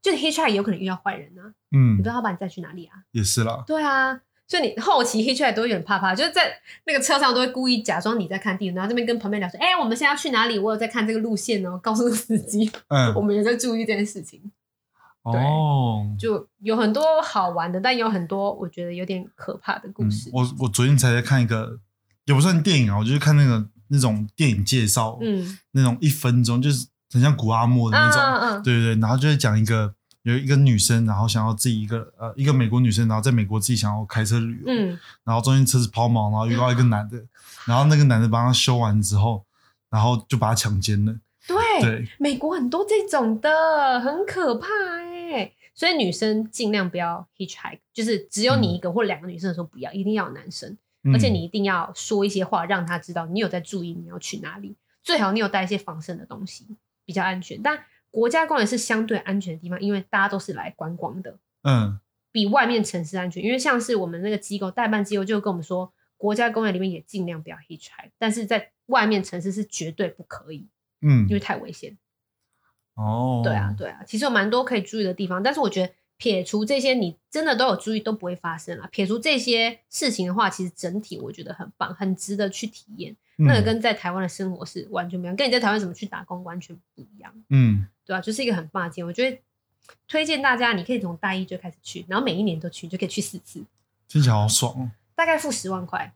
Speaker 1: 就 hitchhike 有可能遇到坏人啊，你
Speaker 2: 嗯
Speaker 1: 不知，道他把你载去哪里啊？
Speaker 2: 也是啦，
Speaker 1: 对啊，所以你后期 hitchhike 都有点怕怕，就是在那个车上都会故意假装你在看地图，然后这边跟旁边聊说：“哎、我们现在要去哪里？我有在看这个路线哦。”告诉司机，
Speaker 2: 嗯
Speaker 1: 我，们也在注意这件事情。
Speaker 2: 哦，
Speaker 1: 就有很多好玩的，但有很多我觉得有点可怕的故
Speaker 2: 嗯
Speaker 1: 事。
Speaker 2: 我我昨天才在看一个，也不算电影啊，我就是看那个那种电影介绍，
Speaker 1: 嗯
Speaker 2: 那种一分钟，就是很像古阿莫的
Speaker 1: 啊
Speaker 2: 那种，
Speaker 1: 啊啊！
Speaker 2: 对对对，然后就会讲一个有一个女生，然后想要自己一个呃一个美国女生，然后在美国自己想要开车旅游，
Speaker 1: 嗯，
Speaker 2: 然后中间车子抛锚，然后遇到一个男的，然后那个男的帮她修完之后，然后就把她强奸了，
Speaker 1: 对，
Speaker 2: 对，
Speaker 1: 美国很多这种的，很可怕哎、所以女生尽量不要 hitchhike，就是只有你一个或两个女生的时候不要，一定要有男生，
Speaker 2: 嗯
Speaker 1: 而且你一定要说一些话让他知道你有在注意你要去哪里，最好你有带一些防身的东西，比较安全。但国家公园是相对安全的地方，因为大家都是来观光的，
Speaker 2: 嗯
Speaker 1: 比外面城市安全。因为像是我们那个机构代办机构就跟我们说，国家公园里面也尽量不要 hitchhike，但是在外面城市是绝对不可以，
Speaker 2: 嗯
Speaker 1: 因为太危险。
Speaker 2: 哦，
Speaker 1: 对啊，，对啊，其实有蛮多可以注意的地方，但是我觉得撇除这些，你真的都有注意都不会发生啦。撇除这些事情的话，其实整体我觉得很棒，很值得去体验。
Speaker 2: 嗯
Speaker 1: 那个跟在台湾的生活是完全不一样，跟你在台湾怎么去打工完全不一样，
Speaker 2: 嗯
Speaker 1: 对啊，就是一个很棒的经验。我觉得推荐大家，你可以从大一就开始去，然后每一年都去，你就可以去四次，
Speaker 2: 听起来好爽哦，
Speaker 1: 大概付十万块，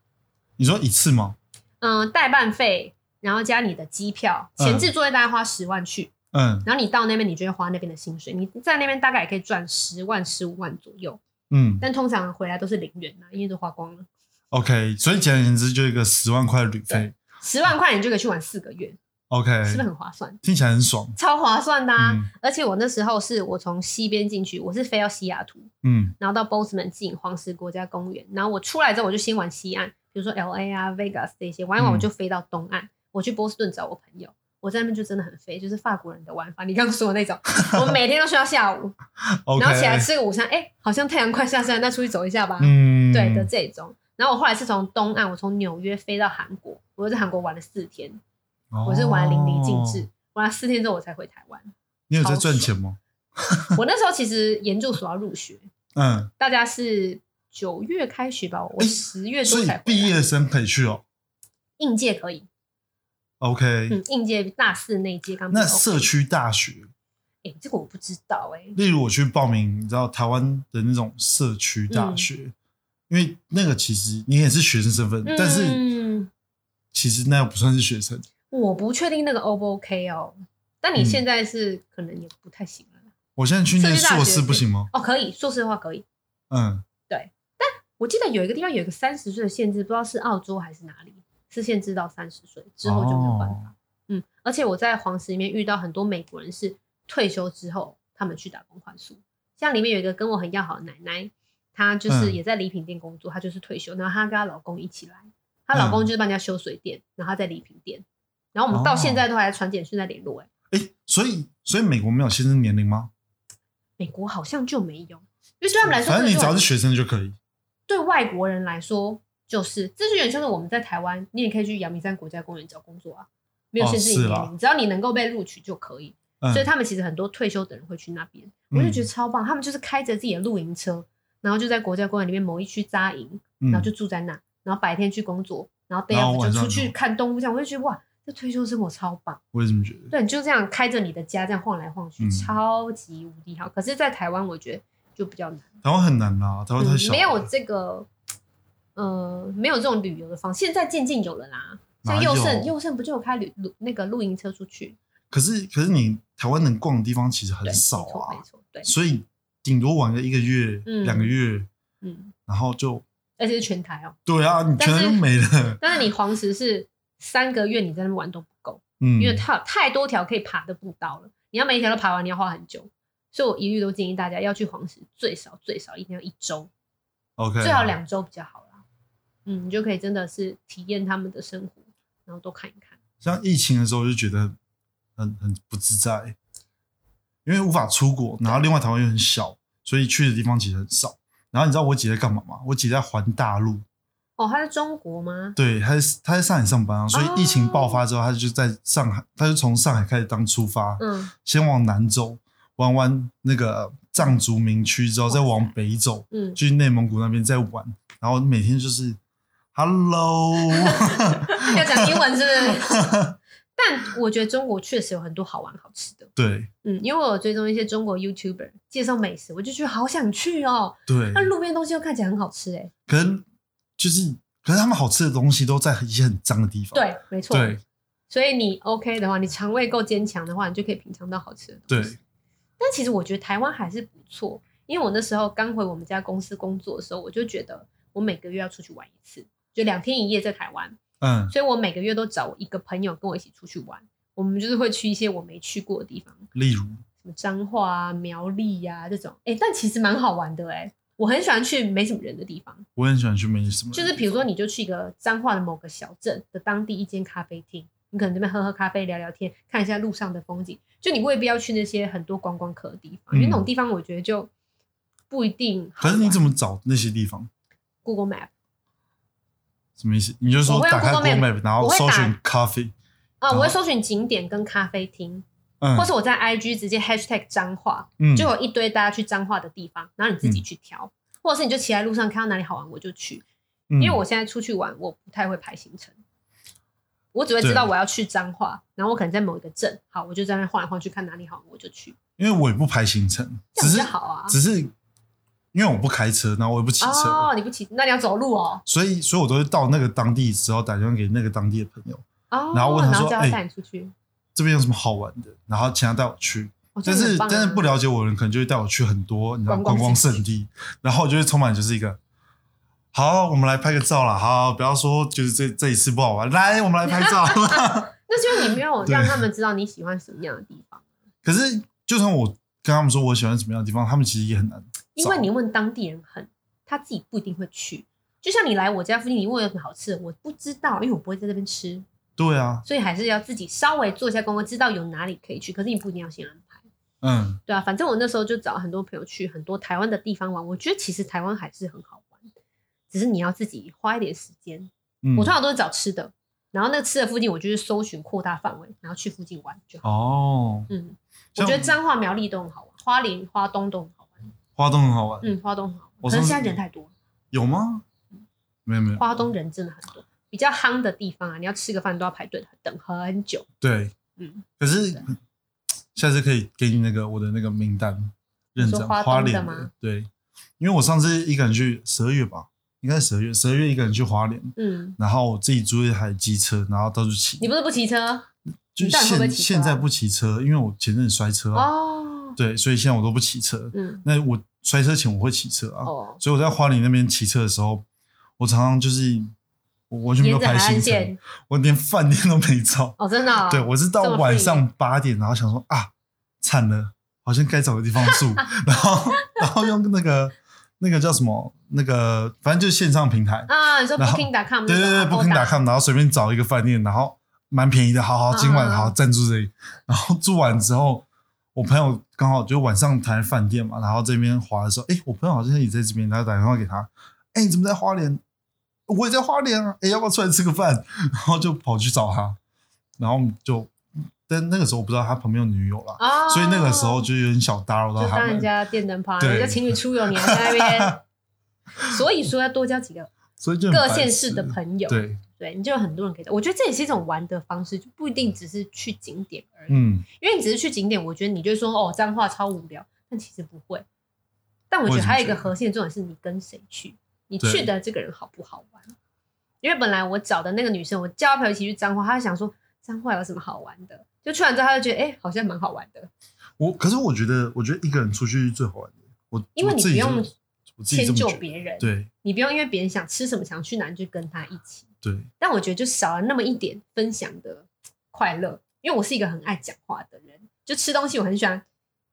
Speaker 2: 你说一次吗？
Speaker 1: 嗯，代办费，然后加你的机票，前置作业大概花十万去，
Speaker 2: 嗯
Speaker 1: 然后你到那边，你就会花那边的薪水，你在那边大概也可以赚十万、十五万左右。
Speaker 2: 嗯
Speaker 1: 但通常回来都是零元啊，因为都花光了。
Speaker 2: ，OK，所以简而言之，就一个十万块的旅费
Speaker 1: 十万块你就可以去玩四个月，
Speaker 2: ，OK，
Speaker 1: 是不是很划算？
Speaker 2: 听起来很爽。
Speaker 1: 超划算的、啊
Speaker 2: 嗯
Speaker 1: 而且我那时候是我从西边进去，我是飞到西雅图，
Speaker 2: 嗯
Speaker 1: 然后到 Bozeman 进黄石国家公园，然后我出来之后我就先玩西岸，比如说 L A 啊、Vegas 这些，玩一玩
Speaker 2: 嗯
Speaker 1: 我就飞到东岸，我去波士顿找我朋友，我在那边就真的很飞，就是法国人的玩法，你刚刚说的那种，我每天都睡到下午，
Speaker 2: ，OK，
Speaker 1: 然后起来吃个午餐，哎、好像太阳快下山了，那出去走一下吧，
Speaker 2: 嗯，
Speaker 1: 对的这种。然后我后来是从东岸，我从纽约飞到韩国，我在韩国玩了四天，
Speaker 2: 哦
Speaker 1: 我是玩得淋漓尽致，玩了四天之后我才回台 湾。
Speaker 2: 你有在赚钱吗？
Speaker 1: 我那时候其实研究所要入学，
Speaker 2: 嗯，
Speaker 1: 大家是九月开学吧，我
Speaker 2: 诶
Speaker 1: 十月
Speaker 2: 所
Speaker 1: 多
Speaker 2: 以
Speaker 1: 才回来
Speaker 2: 毕业生可以去哦。
Speaker 1: 应届可以，
Speaker 2: OK，
Speaker 1: 嗯，应届大四那一届刚毕业
Speaker 2: 那社，区大学，
Speaker 1: 哎、这个我不知道哎、
Speaker 2: 例如我去报名，你知道台湾的那种社区
Speaker 1: 嗯
Speaker 2: 大学，因为那个其实你也是学生身份，但是
Speaker 1: 嗯、
Speaker 2: 其实那又不算是学生。
Speaker 1: 我不确定那个 O 不 OK 哦，但
Speaker 2: 嗯
Speaker 1: 你现在是、可能也不太行了
Speaker 2: 我现在去念
Speaker 1: 社区大学
Speaker 2: 硕士不行吗？
Speaker 1: 哦，可以硕士的话可以，
Speaker 2: 嗯，
Speaker 1: 我记得有一个地方有一个三十岁的限制，不知道是澳洲还是哪里，是限制到三十岁之后就没有办法。
Speaker 2: 哦
Speaker 1: 嗯，而且我在黄石里面遇到很多美国人是退休之后他们去打工换宿，像里面有一个跟我很要好的奶奶，她就是
Speaker 2: 嗯
Speaker 1: 也在礼品店工作，她就是退休，然后她跟她老公一起来，她老
Speaker 2: 嗯
Speaker 1: 公就是帮人家修水电，然后她在礼品店，然后我们到
Speaker 2: 哦
Speaker 1: 现在都还传简讯在联络、欸。哎，
Speaker 2: 诶，所以所以美国没有限制年龄吗？
Speaker 1: 美国好像就没有，因为对他们来说，
Speaker 2: 反正你只要
Speaker 1: 是
Speaker 2: 是学生就可以。
Speaker 1: 对外国人来说，就是这就有点像是我们在台湾，你也可以去阳明山国家公园找工作啊，没有限制你
Speaker 2: 哦是
Speaker 1: 年
Speaker 2: 啦
Speaker 1: 龄，只要你能够被录取就可以。
Speaker 2: 嗯
Speaker 1: 所以他们其实很多退休的人会去那边，
Speaker 2: 嗯
Speaker 1: 我就觉得超棒。他们就是开着自己的露营车，然后就在国家公园里面某一区扎营，然后就
Speaker 2: 嗯
Speaker 1: 住在那，然后白天去工作，然后 day
Speaker 2: 然后
Speaker 1: off
Speaker 2: 晚
Speaker 1: 就
Speaker 2: 上
Speaker 1: 出去
Speaker 2: 就
Speaker 1: 看动物，这样我就觉得哇，这退休生活超棒。
Speaker 2: 我也这么觉得。
Speaker 1: 对，你就这样开着你的家这样晃来晃去，
Speaker 2: 嗯
Speaker 1: 超级无敌好。可是，在台湾我觉得就比较难。
Speaker 2: 台湾很难啦，台湾太
Speaker 1: 嗯
Speaker 2: 小、
Speaker 1: 没有，这个，呃，没有这种旅游的方式。现在渐渐有了啦，像
Speaker 2: 哪
Speaker 1: 佑
Speaker 2: 有
Speaker 1: 胜，佑胜不就有开旅露那个露营车出去？
Speaker 2: 可是可是你台湾能逛的地方其实
Speaker 1: 对，
Speaker 2: 很
Speaker 1: 没
Speaker 2: 少
Speaker 1: 错，
Speaker 2: 啊
Speaker 1: 没，错，对，
Speaker 2: 所以顶多玩个一个月、
Speaker 1: 嗯
Speaker 2: 两个月，
Speaker 1: 嗯，
Speaker 2: 然后就
Speaker 1: 而且是全台哦。
Speaker 2: 对啊，你
Speaker 1: 但
Speaker 2: 全
Speaker 1: 是
Speaker 2: 都没了。
Speaker 1: 但是你黄石是三个月，你在那边玩都不够，
Speaker 2: 嗯，
Speaker 1: 因为它有太多条可以爬的步道了，你要每一条都爬完，你要花很久。所以我一律都建议大家要去黄石，最少最少一定要一周，
Speaker 2: OK
Speaker 1: 最好两周比较好啦。嗯，你就可以真的是体验他们的生活，然后都看一看。
Speaker 2: 像疫情的时候就觉得很很不自在，因为无法出国，然后另外台湾又很小，所以去的地方其实很少。然后你知道我姐在干嘛吗？我姐在环大陆，
Speaker 1: 哦，他在中国吗？
Speaker 2: 对，她在她在上海上班啊，所以疫情
Speaker 1: 哦
Speaker 2: 爆发之后，她就在上海，她就从上海开始当出发，
Speaker 1: 嗯，
Speaker 2: 先往南走，玩完那个藏族民区之后，再往北走，
Speaker 1: 嗯，
Speaker 2: 去内蒙古那边再玩，然后每天就是 “hello”，
Speaker 1: 要讲英文是不是？但我觉得中国确实有很多好玩好吃的，
Speaker 2: 对
Speaker 1: 嗯，因为我有追踪一些中国 YouTuber 介绍美食，我就觉得好想去哦。
Speaker 2: 对
Speaker 1: 那。路边东西又看起来很好吃，哎，
Speaker 2: 可能就是，可是他们好吃的东西都在一些很脏的地方。
Speaker 1: 对，没错，
Speaker 2: 哦对
Speaker 1: 所以你 OK 的话，你肠胃够坚强的话，你就可以品尝到好吃的东西。
Speaker 2: 对，
Speaker 1: 但其实我觉得台湾还是不错，因为我那时候刚回我们家公司工作的时候，我就觉得我每个月要出去玩一次，就两天一夜在台湾。
Speaker 2: 嗯，
Speaker 1: 所以我每个月都找我一个朋友跟我一起出去玩。我们就是会去一些我没去过的地方，
Speaker 2: 例如，
Speaker 1: 什么彰化啊、苗栗呀、这种。哎、但其实蛮好玩的哎、我很喜欢去没什么人的地方，
Speaker 2: 我很喜欢去没什么，
Speaker 1: 就是比如说，你就去一个彰化的某个小镇的当地一间咖啡厅，你可能这边喝喝咖啡、聊聊天，看一下路上的风景，就你未必要去那些很多观光客的地方，因为那种
Speaker 2: 嗯
Speaker 1: 地方我觉得就不一定好
Speaker 2: 可
Speaker 1: 玩。
Speaker 2: 是你怎么找那些地方？
Speaker 1: Google Map
Speaker 2: 什么意思？你就说
Speaker 1: 我会用
Speaker 2: 打开
Speaker 1: Google
Speaker 2: Google
Speaker 1: Map，
Speaker 2: Map，然后
Speaker 1: 我会
Speaker 2: 搜
Speaker 1: 打
Speaker 2: 寻咖啡，
Speaker 1: 啊、
Speaker 2: 好
Speaker 1: 我会搜寻景点跟咖啡厅，
Speaker 2: 哦嗯
Speaker 1: 或是我在 IG 直接 Hashtag 彰化，
Speaker 2: 嗯，
Speaker 1: 就有一堆大家去彰化的地方，然后你自己去挑，或者是你就骑在路上看到哪里好玩我就去。
Speaker 2: 因
Speaker 1: 因为我现在出去玩，我不太会排行程，我只会知
Speaker 2: 对
Speaker 1: 道我要去彰化，然后我可能在某一个镇，好，我就在那晃来晃去看哪里好玩我就去，
Speaker 2: 因为我也不排行程，
Speaker 1: 这样
Speaker 2: 只是
Speaker 1: 比较好啊。
Speaker 2: 只是因为我不开车，然后我也不骑车，
Speaker 1: 哦，你不骑，那你要走路哦。
Speaker 2: 所以所以我都是到那个当地之后打电话给那个当地的朋友，
Speaker 1: 哦，
Speaker 2: 然后问他
Speaker 1: 然
Speaker 2: 说
Speaker 1: 后叫
Speaker 2: 哎
Speaker 1: 带你出去，
Speaker 2: 这边有什么好玩的，然后请他带我去，
Speaker 1: 我觉
Speaker 2: 但
Speaker 1: 得
Speaker 2: 是
Speaker 1: 很棒啊
Speaker 2: 但是不了解我的人，可能就会带我去很多你知道
Speaker 1: 观光
Speaker 2: 观光
Speaker 1: 胜
Speaker 2: 圣地，然后我就会充满就是一个，好，我们来拍个照啦，好，不要说就是这这一次不好玩，来，我们来拍 照。
Speaker 1: 那就是你没有
Speaker 2: 对
Speaker 1: 让他们知道你喜欢什么样的地方，
Speaker 2: 可是就算我跟他们说我喜欢什么样的地方，他们其实也很难。
Speaker 1: 因为你问当地人很，他自己不一定会去。就像你来我家附近，你问我有什么好吃的，我不知道，因为我不会在这边吃，
Speaker 2: 对啊，
Speaker 1: 所以还是要自己稍微做一下功课，知道有哪里可以去。可是你不一定要先安排，
Speaker 2: 嗯，
Speaker 1: 对啊。反正我那时候就找很多朋友去很多台湾的地方玩，我觉得其实台湾还是很好玩，只是你要自己花一点时间。
Speaker 2: 嗯
Speaker 1: 我通常都是找吃的，然后那个吃的附近，我就是搜寻扩大范围，然后去附近玩就好。
Speaker 2: 哦，
Speaker 1: 嗯，我
Speaker 2: 像
Speaker 1: 觉得彰化、苗栗都很好玩，花莲、花东都很好玩。
Speaker 2: 花东很好玩，
Speaker 1: 嗯，花东很好
Speaker 2: 我
Speaker 1: 玩，可能
Speaker 2: 上
Speaker 1: 现
Speaker 2: 次
Speaker 1: 在人太多了，
Speaker 2: 有吗？没有没有，
Speaker 1: 花东人真的很多。比较夯的地方啊，你要吃个饭都要排队等很久。
Speaker 2: 对，
Speaker 1: 嗯，
Speaker 2: 可是
Speaker 1: 对
Speaker 2: 下次可以给你那个我的那个名单，认
Speaker 1: 你
Speaker 2: 真
Speaker 1: 说花
Speaker 2: 花
Speaker 1: 东的
Speaker 2: 莲
Speaker 1: 吗
Speaker 2: 对，因为我上次一个人去十二月吧，应该是十二月，十二月一个人去花莲，
Speaker 1: 嗯，
Speaker 2: 然后我自己租一台机车，然后到处骑
Speaker 1: 你。不是不骑车
Speaker 2: 就
Speaker 1: 你到底会不会
Speaker 2: 现
Speaker 1: 骑车啊
Speaker 2: 现在不骑车，因为我前阵子摔车啊，
Speaker 1: 哦？
Speaker 2: 对，所以现在我都不骑车。
Speaker 1: 嗯，
Speaker 2: 那我摔车前我会骑车啊，
Speaker 1: 哦，
Speaker 2: 所以我在花莲那边骑车的时候，我常常就是我完全没有
Speaker 1: 沿着海
Speaker 2: 排行
Speaker 1: 岸
Speaker 2: 程
Speaker 1: 线，
Speaker 2: 我连饭店都没找。
Speaker 1: 哦，真的哦。
Speaker 2: 对我是到
Speaker 1: 这么
Speaker 2: 晚
Speaker 1: free
Speaker 2: 上八点，然后想说啊，惨了，好像该找个地方住，然后然后用那个那个叫什么那个，反正就是线上平台，
Speaker 1: 啊，你说
Speaker 2: 然后
Speaker 1: Booking.com
Speaker 2: 对对对，Booking.com，然后随便找一个饭店，然后蛮便宜的，好好，今晚
Speaker 1: 嗯嗯嗯
Speaker 2: 好暂住这里，然后住完之后，我朋友刚好就晚上谈饭店嘛，然后这边滑的时候，哎，我朋友好像也在这边，然后打电话给他，哎，你怎么在花莲？我也在花莲啊，哎，要不要出来吃个饭？ 然后就跑去找他，然后我们就，但那个时候我不知道他旁边有女友啦，
Speaker 1: 哦，
Speaker 2: 所以那个时候就有点小打扰到
Speaker 1: 就
Speaker 2: 他
Speaker 1: 当人
Speaker 2: 们，
Speaker 1: 家电灯泡，啊
Speaker 2: 对
Speaker 1: 人家情侣出游，你还在那 边。所以说要多交几个
Speaker 2: 所以就很
Speaker 1: 各
Speaker 2: 白
Speaker 1: 县市
Speaker 2: 痴
Speaker 1: 的朋友，
Speaker 2: 对，
Speaker 1: 对，你就有很多人可以找。我觉得这也是一种玩的方式，就不一定只是去景点而已。
Speaker 2: 嗯，
Speaker 1: 因为你只是去景点，我觉得你就会说哦，脏话超无聊，但其实不会。但我觉
Speaker 2: 我也
Speaker 1: 得
Speaker 2: 是
Speaker 1: 还有一
Speaker 2: 觉
Speaker 1: 个
Speaker 2: 得
Speaker 1: 核心的重点是你跟谁去，你
Speaker 2: 对
Speaker 1: 去的这个人好不好玩。因为本来我找的那个女生，我叫她陪我一起去彰化，她就想说彰化有什么好玩的，就去完之后她就觉得哎、好像蛮好玩的，
Speaker 2: 我可是我觉得，我觉得一个人出去最好玩的。我
Speaker 1: 因为
Speaker 2: 我
Speaker 1: 你
Speaker 2: 自
Speaker 1: 不
Speaker 2: 己
Speaker 1: 用
Speaker 2: 这么我自己
Speaker 1: 迁
Speaker 2: 这么
Speaker 1: 就
Speaker 2: 觉得
Speaker 1: 别人，
Speaker 2: 对
Speaker 1: 你不用因为别人想吃什么想去哪你就跟他一起。
Speaker 2: 对，
Speaker 1: 但我觉得就少了那么一点分享的快乐，因为我是一个很爱讲话的人，就吃东西我很喜欢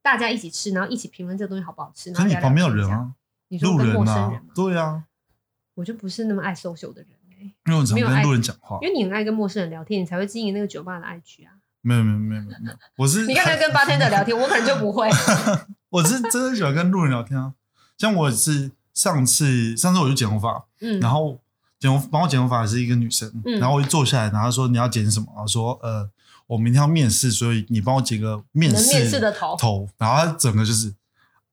Speaker 1: 大家一起吃，然后一起评论这个东西好不好吃。然
Speaker 2: 可
Speaker 1: 后
Speaker 2: 你
Speaker 1: 聊聊
Speaker 2: 旁边有
Speaker 1: 天这
Speaker 2: 人
Speaker 1: 样，
Speaker 2: 啊，
Speaker 1: 你说
Speaker 2: 路
Speaker 1: 跟陌生
Speaker 2: 啊
Speaker 1: 人吗，？
Speaker 2: 对啊，
Speaker 1: 我就不是那么爱 social 的人、欸、
Speaker 2: 因为我常
Speaker 1: 没有
Speaker 2: 跟
Speaker 1: 爱
Speaker 2: 路人讲啊话
Speaker 1: 因。为你很爱跟陌生人聊天，你才会经营那个酒吧的 IG 啊。
Speaker 2: 没有没有没有没有没有，我是
Speaker 1: 你刚才跟 bartender 聊天，我可能就不会。
Speaker 2: 我是真的喜欢跟路人聊天啊。像我是上次上次我去剪头发，
Speaker 1: 嗯，
Speaker 2: 然后剪头帮我剪头发的是一个女生，
Speaker 1: 嗯
Speaker 2: 然后我一坐下来，然后她说你要剪什么？我说呃，我明天要面试，所以你帮我剪个面
Speaker 1: 你的
Speaker 2: 试
Speaker 1: 面试的头
Speaker 2: 头，然后她整个就是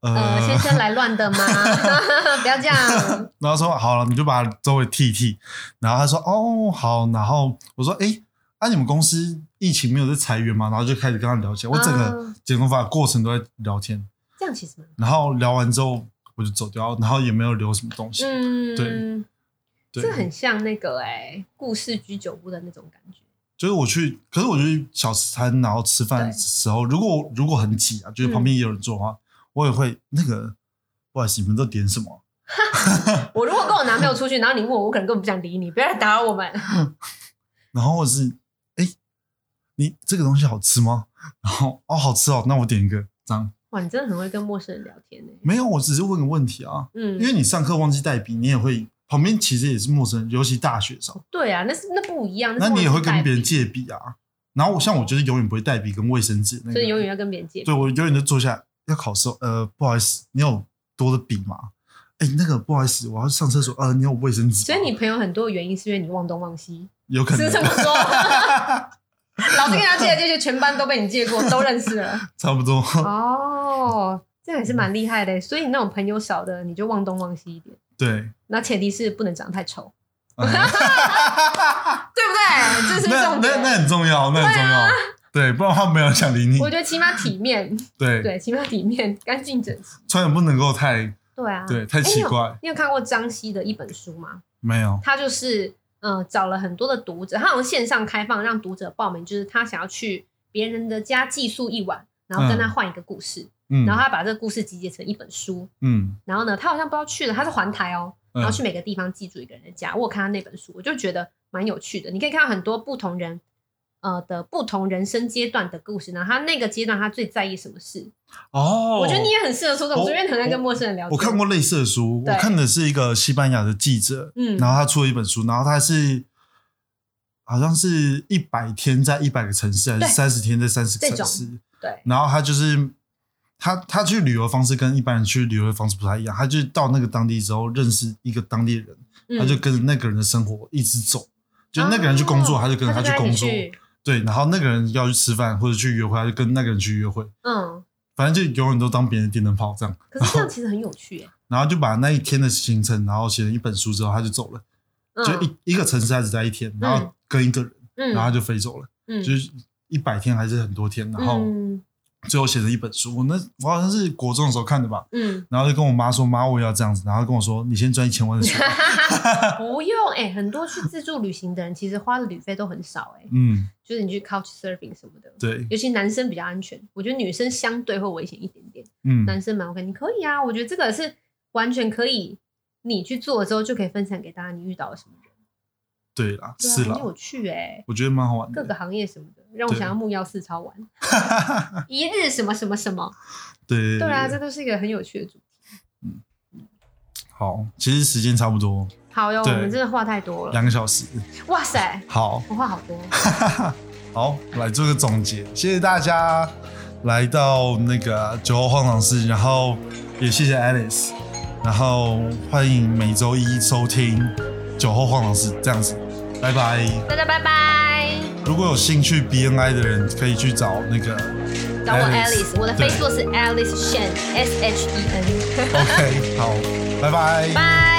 Speaker 1: 呃，先生来乱的吗？ 不要这样。
Speaker 2: 然后说好了，你就把周围剃一剃。然后他说哦好，然后我说哎，那、你们公司疫情没有在裁员吗？然后就开始跟他聊起来，我整个
Speaker 1: 啊
Speaker 2: 剪头发的过程都在聊天。
Speaker 1: 这样其实蛮……
Speaker 2: 然后聊完之后我就走掉，然后也没有留什么东西。
Speaker 1: 嗯，
Speaker 2: 对对，
Speaker 1: 这很像那个哎、故事居酒屋的那种感觉。
Speaker 2: 就是我去，可是我去小吃摊，然后吃饭的
Speaker 1: 对嗯
Speaker 2: 时候，如果如果很挤啊，就是旁边也有人坐的话，我也会那个不好意思，你们都点什么？
Speaker 1: 我如果跟我男朋友出去，然后你问我，我可能根本不想理你，不要来打扰我们。
Speaker 2: 然后我是哎，你这个东西好吃吗？然后哦好吃哦，那我点一个这样。
Speaker 1: 哇，你真的很会跟陌生人聊天呢、
Speaker 2: 没有，我只是问个问题啊，
Speaker 1: 嗯，
Speaker 2: 因为你上课忘记带笔，你也会旁边其实也是陌生人，尤其大学生，
Speaker 1: 对啊，那是那不一样。
Speaker 2: 那
Speaker 1: 是
Speaker 2: 你也会
Speaker 1: 忘记带
Speaker 2: 跟别人
Speaker 1: 笔，嗯
Speaker 2: 借笔啊。然后我像我就是永远不会带笔跟卫生纸那个，
Speaker 1: 所以永远要跟别人借。
Speaker 2: 对我永远就坐下来要考试哦，呃，不好意思，你有多的笔吗？哎，那个不好意思，我要上厕所，呃，你有卫生纸
Speaker 1: 所
Speaker 2: 吗？
Speaker 1: 以你朋友很多原因是因为你忘东忘西，
Speaker 2: 有可
Speaker 1: 是
Speaker 2: 能
Speaker 1: 这么说。老师跟他借借借，全班都被你 借过，都认识了。
Speaker 2: 差不多，
Speaker 1: 哦，这个也是蛮厉害的欸。所以你那种朋友少的，你就忘东忘西一点。
Speaker 2: 对。
Speaker 1: 那前提是不能长得太丑，
Speaker 2: 嗯
Speaker 1: 对不对？ 这是不是
Speaker 2: 哎那
Speaker 1: 重
Speaker 2: 那那
Speaker 1: 点？
Speaker 2: 很重要，那很重要，对，不然他没有人想理你
Speaker 1: 啊我。觉得起码体面，
Speaker 2: 对，
Speaker 1: 对，起码体面干净整齐。
Speaker 2: 穿也不能够太
Speaker 1: 对啊，
Speaker 2: 对太
Speaker 1: 哎
Speaker 2: 奇。
Speaker 1: 你有
Speaker 2: 怪，
Speaker 1: 你有看过张希的一本书吗？
Speaker 2: 没有，
Speaker 1: 他就是呃找了很多的读者，他好像线上开放让读者报名，就是他想要去别人的家寄宿一晚，然后跟他换一个故事，
Speaker 2: 嗯，
Speaker 1: 然后他把这个故事集结成一本书。
Speaker 2: 嗯
Speaker 1: 然后呢，他好像不知道去了，他是环台哦，
Speaker 2: 嗯
Speaker 1: 然后去每个地方记住一个人的家。我有看他那本书，我就觉得蛮有趣的。你可以看到很多不同人呃的不同人生阶段的故事，然后他那个阶段他最在意什么事。
Speaker 2: 哦，
Speaker 1: 我觉得你也很适合说这种书，
Speaker 2: 我
Speaker 1: 因为很爱跟陌生人聊天。
Speaker 2: 我看过类似的书，
Speaker 1: 对
Speaker 2: 我看的是一个西班牙的记者，
Speaker 1: 嗯
Speaker 2: 然后他出了一本书，然后他是好像是一百天在一百个城市，还
Speaker 1: 对
Speaker 2: 是三十天在三十
Speaker 1: 这
Speaker 2: 个
Speaker 1: 种
Speaker 2: 城市，
Speaker 1: 对，
Speaker 2: 然后他就是他他去旅游的方式跟一般人去旅游的方式不太一样，他就是到那个当地之后认识一个当地人，
Speaker 1: 嗯
Speaker 2: 他就跟着那个人的生活一直走，就那个人去工作，
Speaker 1: 哦
Speaker 2: 他就跟着
Speaker 1: 他
Speaker 2: 去
Speaker 1: 一起
Speaker 2: 工作，
Speaker 1: 去
Speaker 2: 对，然后那个人要去吃饭或者去约会，他就跟那个人去约会，
Speaker 1: 嗯，
Speaker 2: 反正就永远都当别人的电灯泡这样。
Speaker 1: 可是这样其实很有趣耶。
Speaker 2: 然后就把那一天的行程，然后写了一本书之后，他就走了，
Speaker 1: 嗯
Speaker 2: 就一一个城市他只待一天，然后跟一个人，
Speaker 1: 嗯，
Speaker 2: 然后他就飞走了，
Speaker 1: 嗯
Speaker 2: 就是一百天还是很多天，然后
Speaker 1: 嗯
Speaker 2: 最后写了一本书。我那我好像是国中的时候看的吧，
Speaker 1: 嗯，
Speaker 2: 然后就跟我妈说：“妈，我也要这样子。”然后她跟我说：“你先赚一千万 的钱。
Speaker 1: 不用哎，很多去自助旅行的人其实花的旅费都很少哎”，
Speaker 2: 嗯，
Speaker 1: 就是你去 Couch Surfing 什么的，
Speaker 2: 对，
Speaker 1: 尤其男生比较安全，我觉得女生相对会危险一点点，
Speaker 2: 嗯，
Speaker 1: 男生蛮 OK，你可以啊，我觉得这个是完全可以，你去做了之后就可以分享给大家你遇到了什么人，
Speaker 2: 对啦，
Speaker 1: 对啊
Speaker 2: 是
Speaker 1: 很
Speaker 2: 啦，
Speaker 1: 有趣哎，
Speaker 2: 我觉得蛮好玩
Speaker 1: 各个
Speaker 2: 的。
Speaker 1: 行业什么的，让我
Speaker 2: 对
Speaker 1: 想要木曜四 超玩，一日什么什么什么，
Speaker 2: 对
Speaker 1: 对啊，这都是一个很有趣的主题。
Speaker 2: 好，其实时间差不多
Speaker 1: 好哟，我
Speaker 2: 对
Speaker 1: 们真的话太多了
Speaker 2: 两，个小时。
Speaker 1: 哇塞，
Speaker 2: 好，
Speaker 1: 我话好 多，
Speaker 2: 好，来做个总结，谢谢大家来到那个酒后晃荡室，然后也谢谢 Alice，然后欢迎每周一收听酒后晃荡室，这样子，拜拜。
Speaker 1: 大家拜拜。
Speaker 2: 如果有兴趣 BNI 的人，可以去找那个
Speaker 1: 找我
Speaker 2: Alice，
Speaker 1: Alice，我的
Speaker 2: 对
Speaker 1: Facebook 是 Alice Shen S H E N，
Speaker 2: OK，好，拜拜。
Speaker 1: 拜。